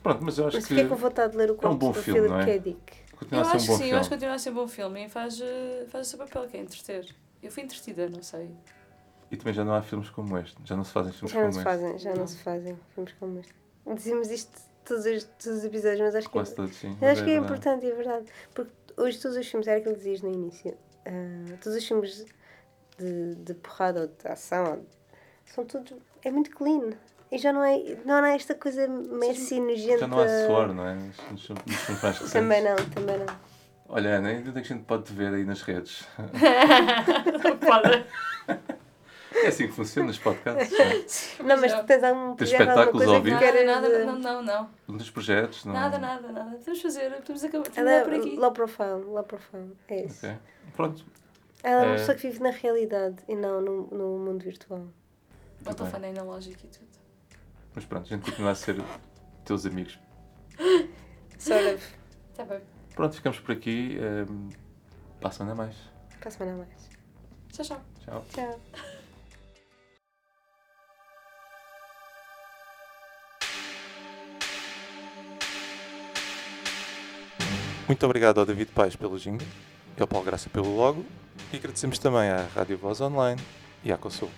B: Pronto, mas eu acho
A: Mas
B: que.
A: fiquei com vontade de ler o é conto
B: bom
A: do
B: filme,
A: Philip
B: não é?
A: K. Dick.
B: Continua a
C: Eu
B: ser um bom
C: acho que sim,
B: filme.
C: eu acho que continua a ser um bom filme e faz, eh, faz o seu papel, que é entreter. Eu fui entretida, não
B: (laughs)
C: sei.
B: E também já não há filmes como este. Já não se fazem filmes
A: Já
B: como
A: não se
B: este.
A: fazem, já não se fazem. Vamos com este. Dizemos isto todos os, todos os episódios, mas acho que,
B: Quase todos, sim.
A: mas
B: Mas
A: acho que é
B: verdade.
A: importante e é verdade. Porque hoje todos os filmes, era aquilo que dizias no início, ah, todos os filmes de, de porrada ou de ação ou de- são todos. é muito clean. E já não é, não há esta coisa messy, nojenta.
B: Já não há suor, não é? Nos- Nos nos filmes mais recentes.
A: Também não, também não.
B: Olha, Ana, ainda tem que a gente pode te ver aí nas redes. (laughs)
C: Pode.
B: É assim que funciona os podcasts. não é?
A: (laughs) Não, mas tu tens algum
B: Tens
A: projeto, alguma
B: espetáculos
A: coisa
B: ao
A: que
B: vivo?
C: Nada,
A: queres...
C: nada,
A: eh,
C: não, não, não.
B: Nos projetos, não é?
C: Nada, nada, nada. Podemos fazer, podemos acabar
A: Ela
C: terminar
A: é
C: por aqui.
A: low profile, low profile, é isso.
B: Ok. Pronto.
A: Ela é
B: É.
A: uma pessoa que vive na realidade e não no, no mundo virtual.
C: O telefone é analógico e tudo.
B: Mas pronto, a gente continua a ser teus amigos.
A: Sort of.
C: Tá bem.
B: Pronto, ficamos por aqui. ehm, Para a semana mais.
A: Para a semana a mais.
C: Tchau, tchau.
B: Tchau.
A: Tchau.
B: Muito obrigado ao David Paes pelo jingle e ao Paulo Graça pelo logo. E agradecemos também à Rádio Voz Online e à Consul.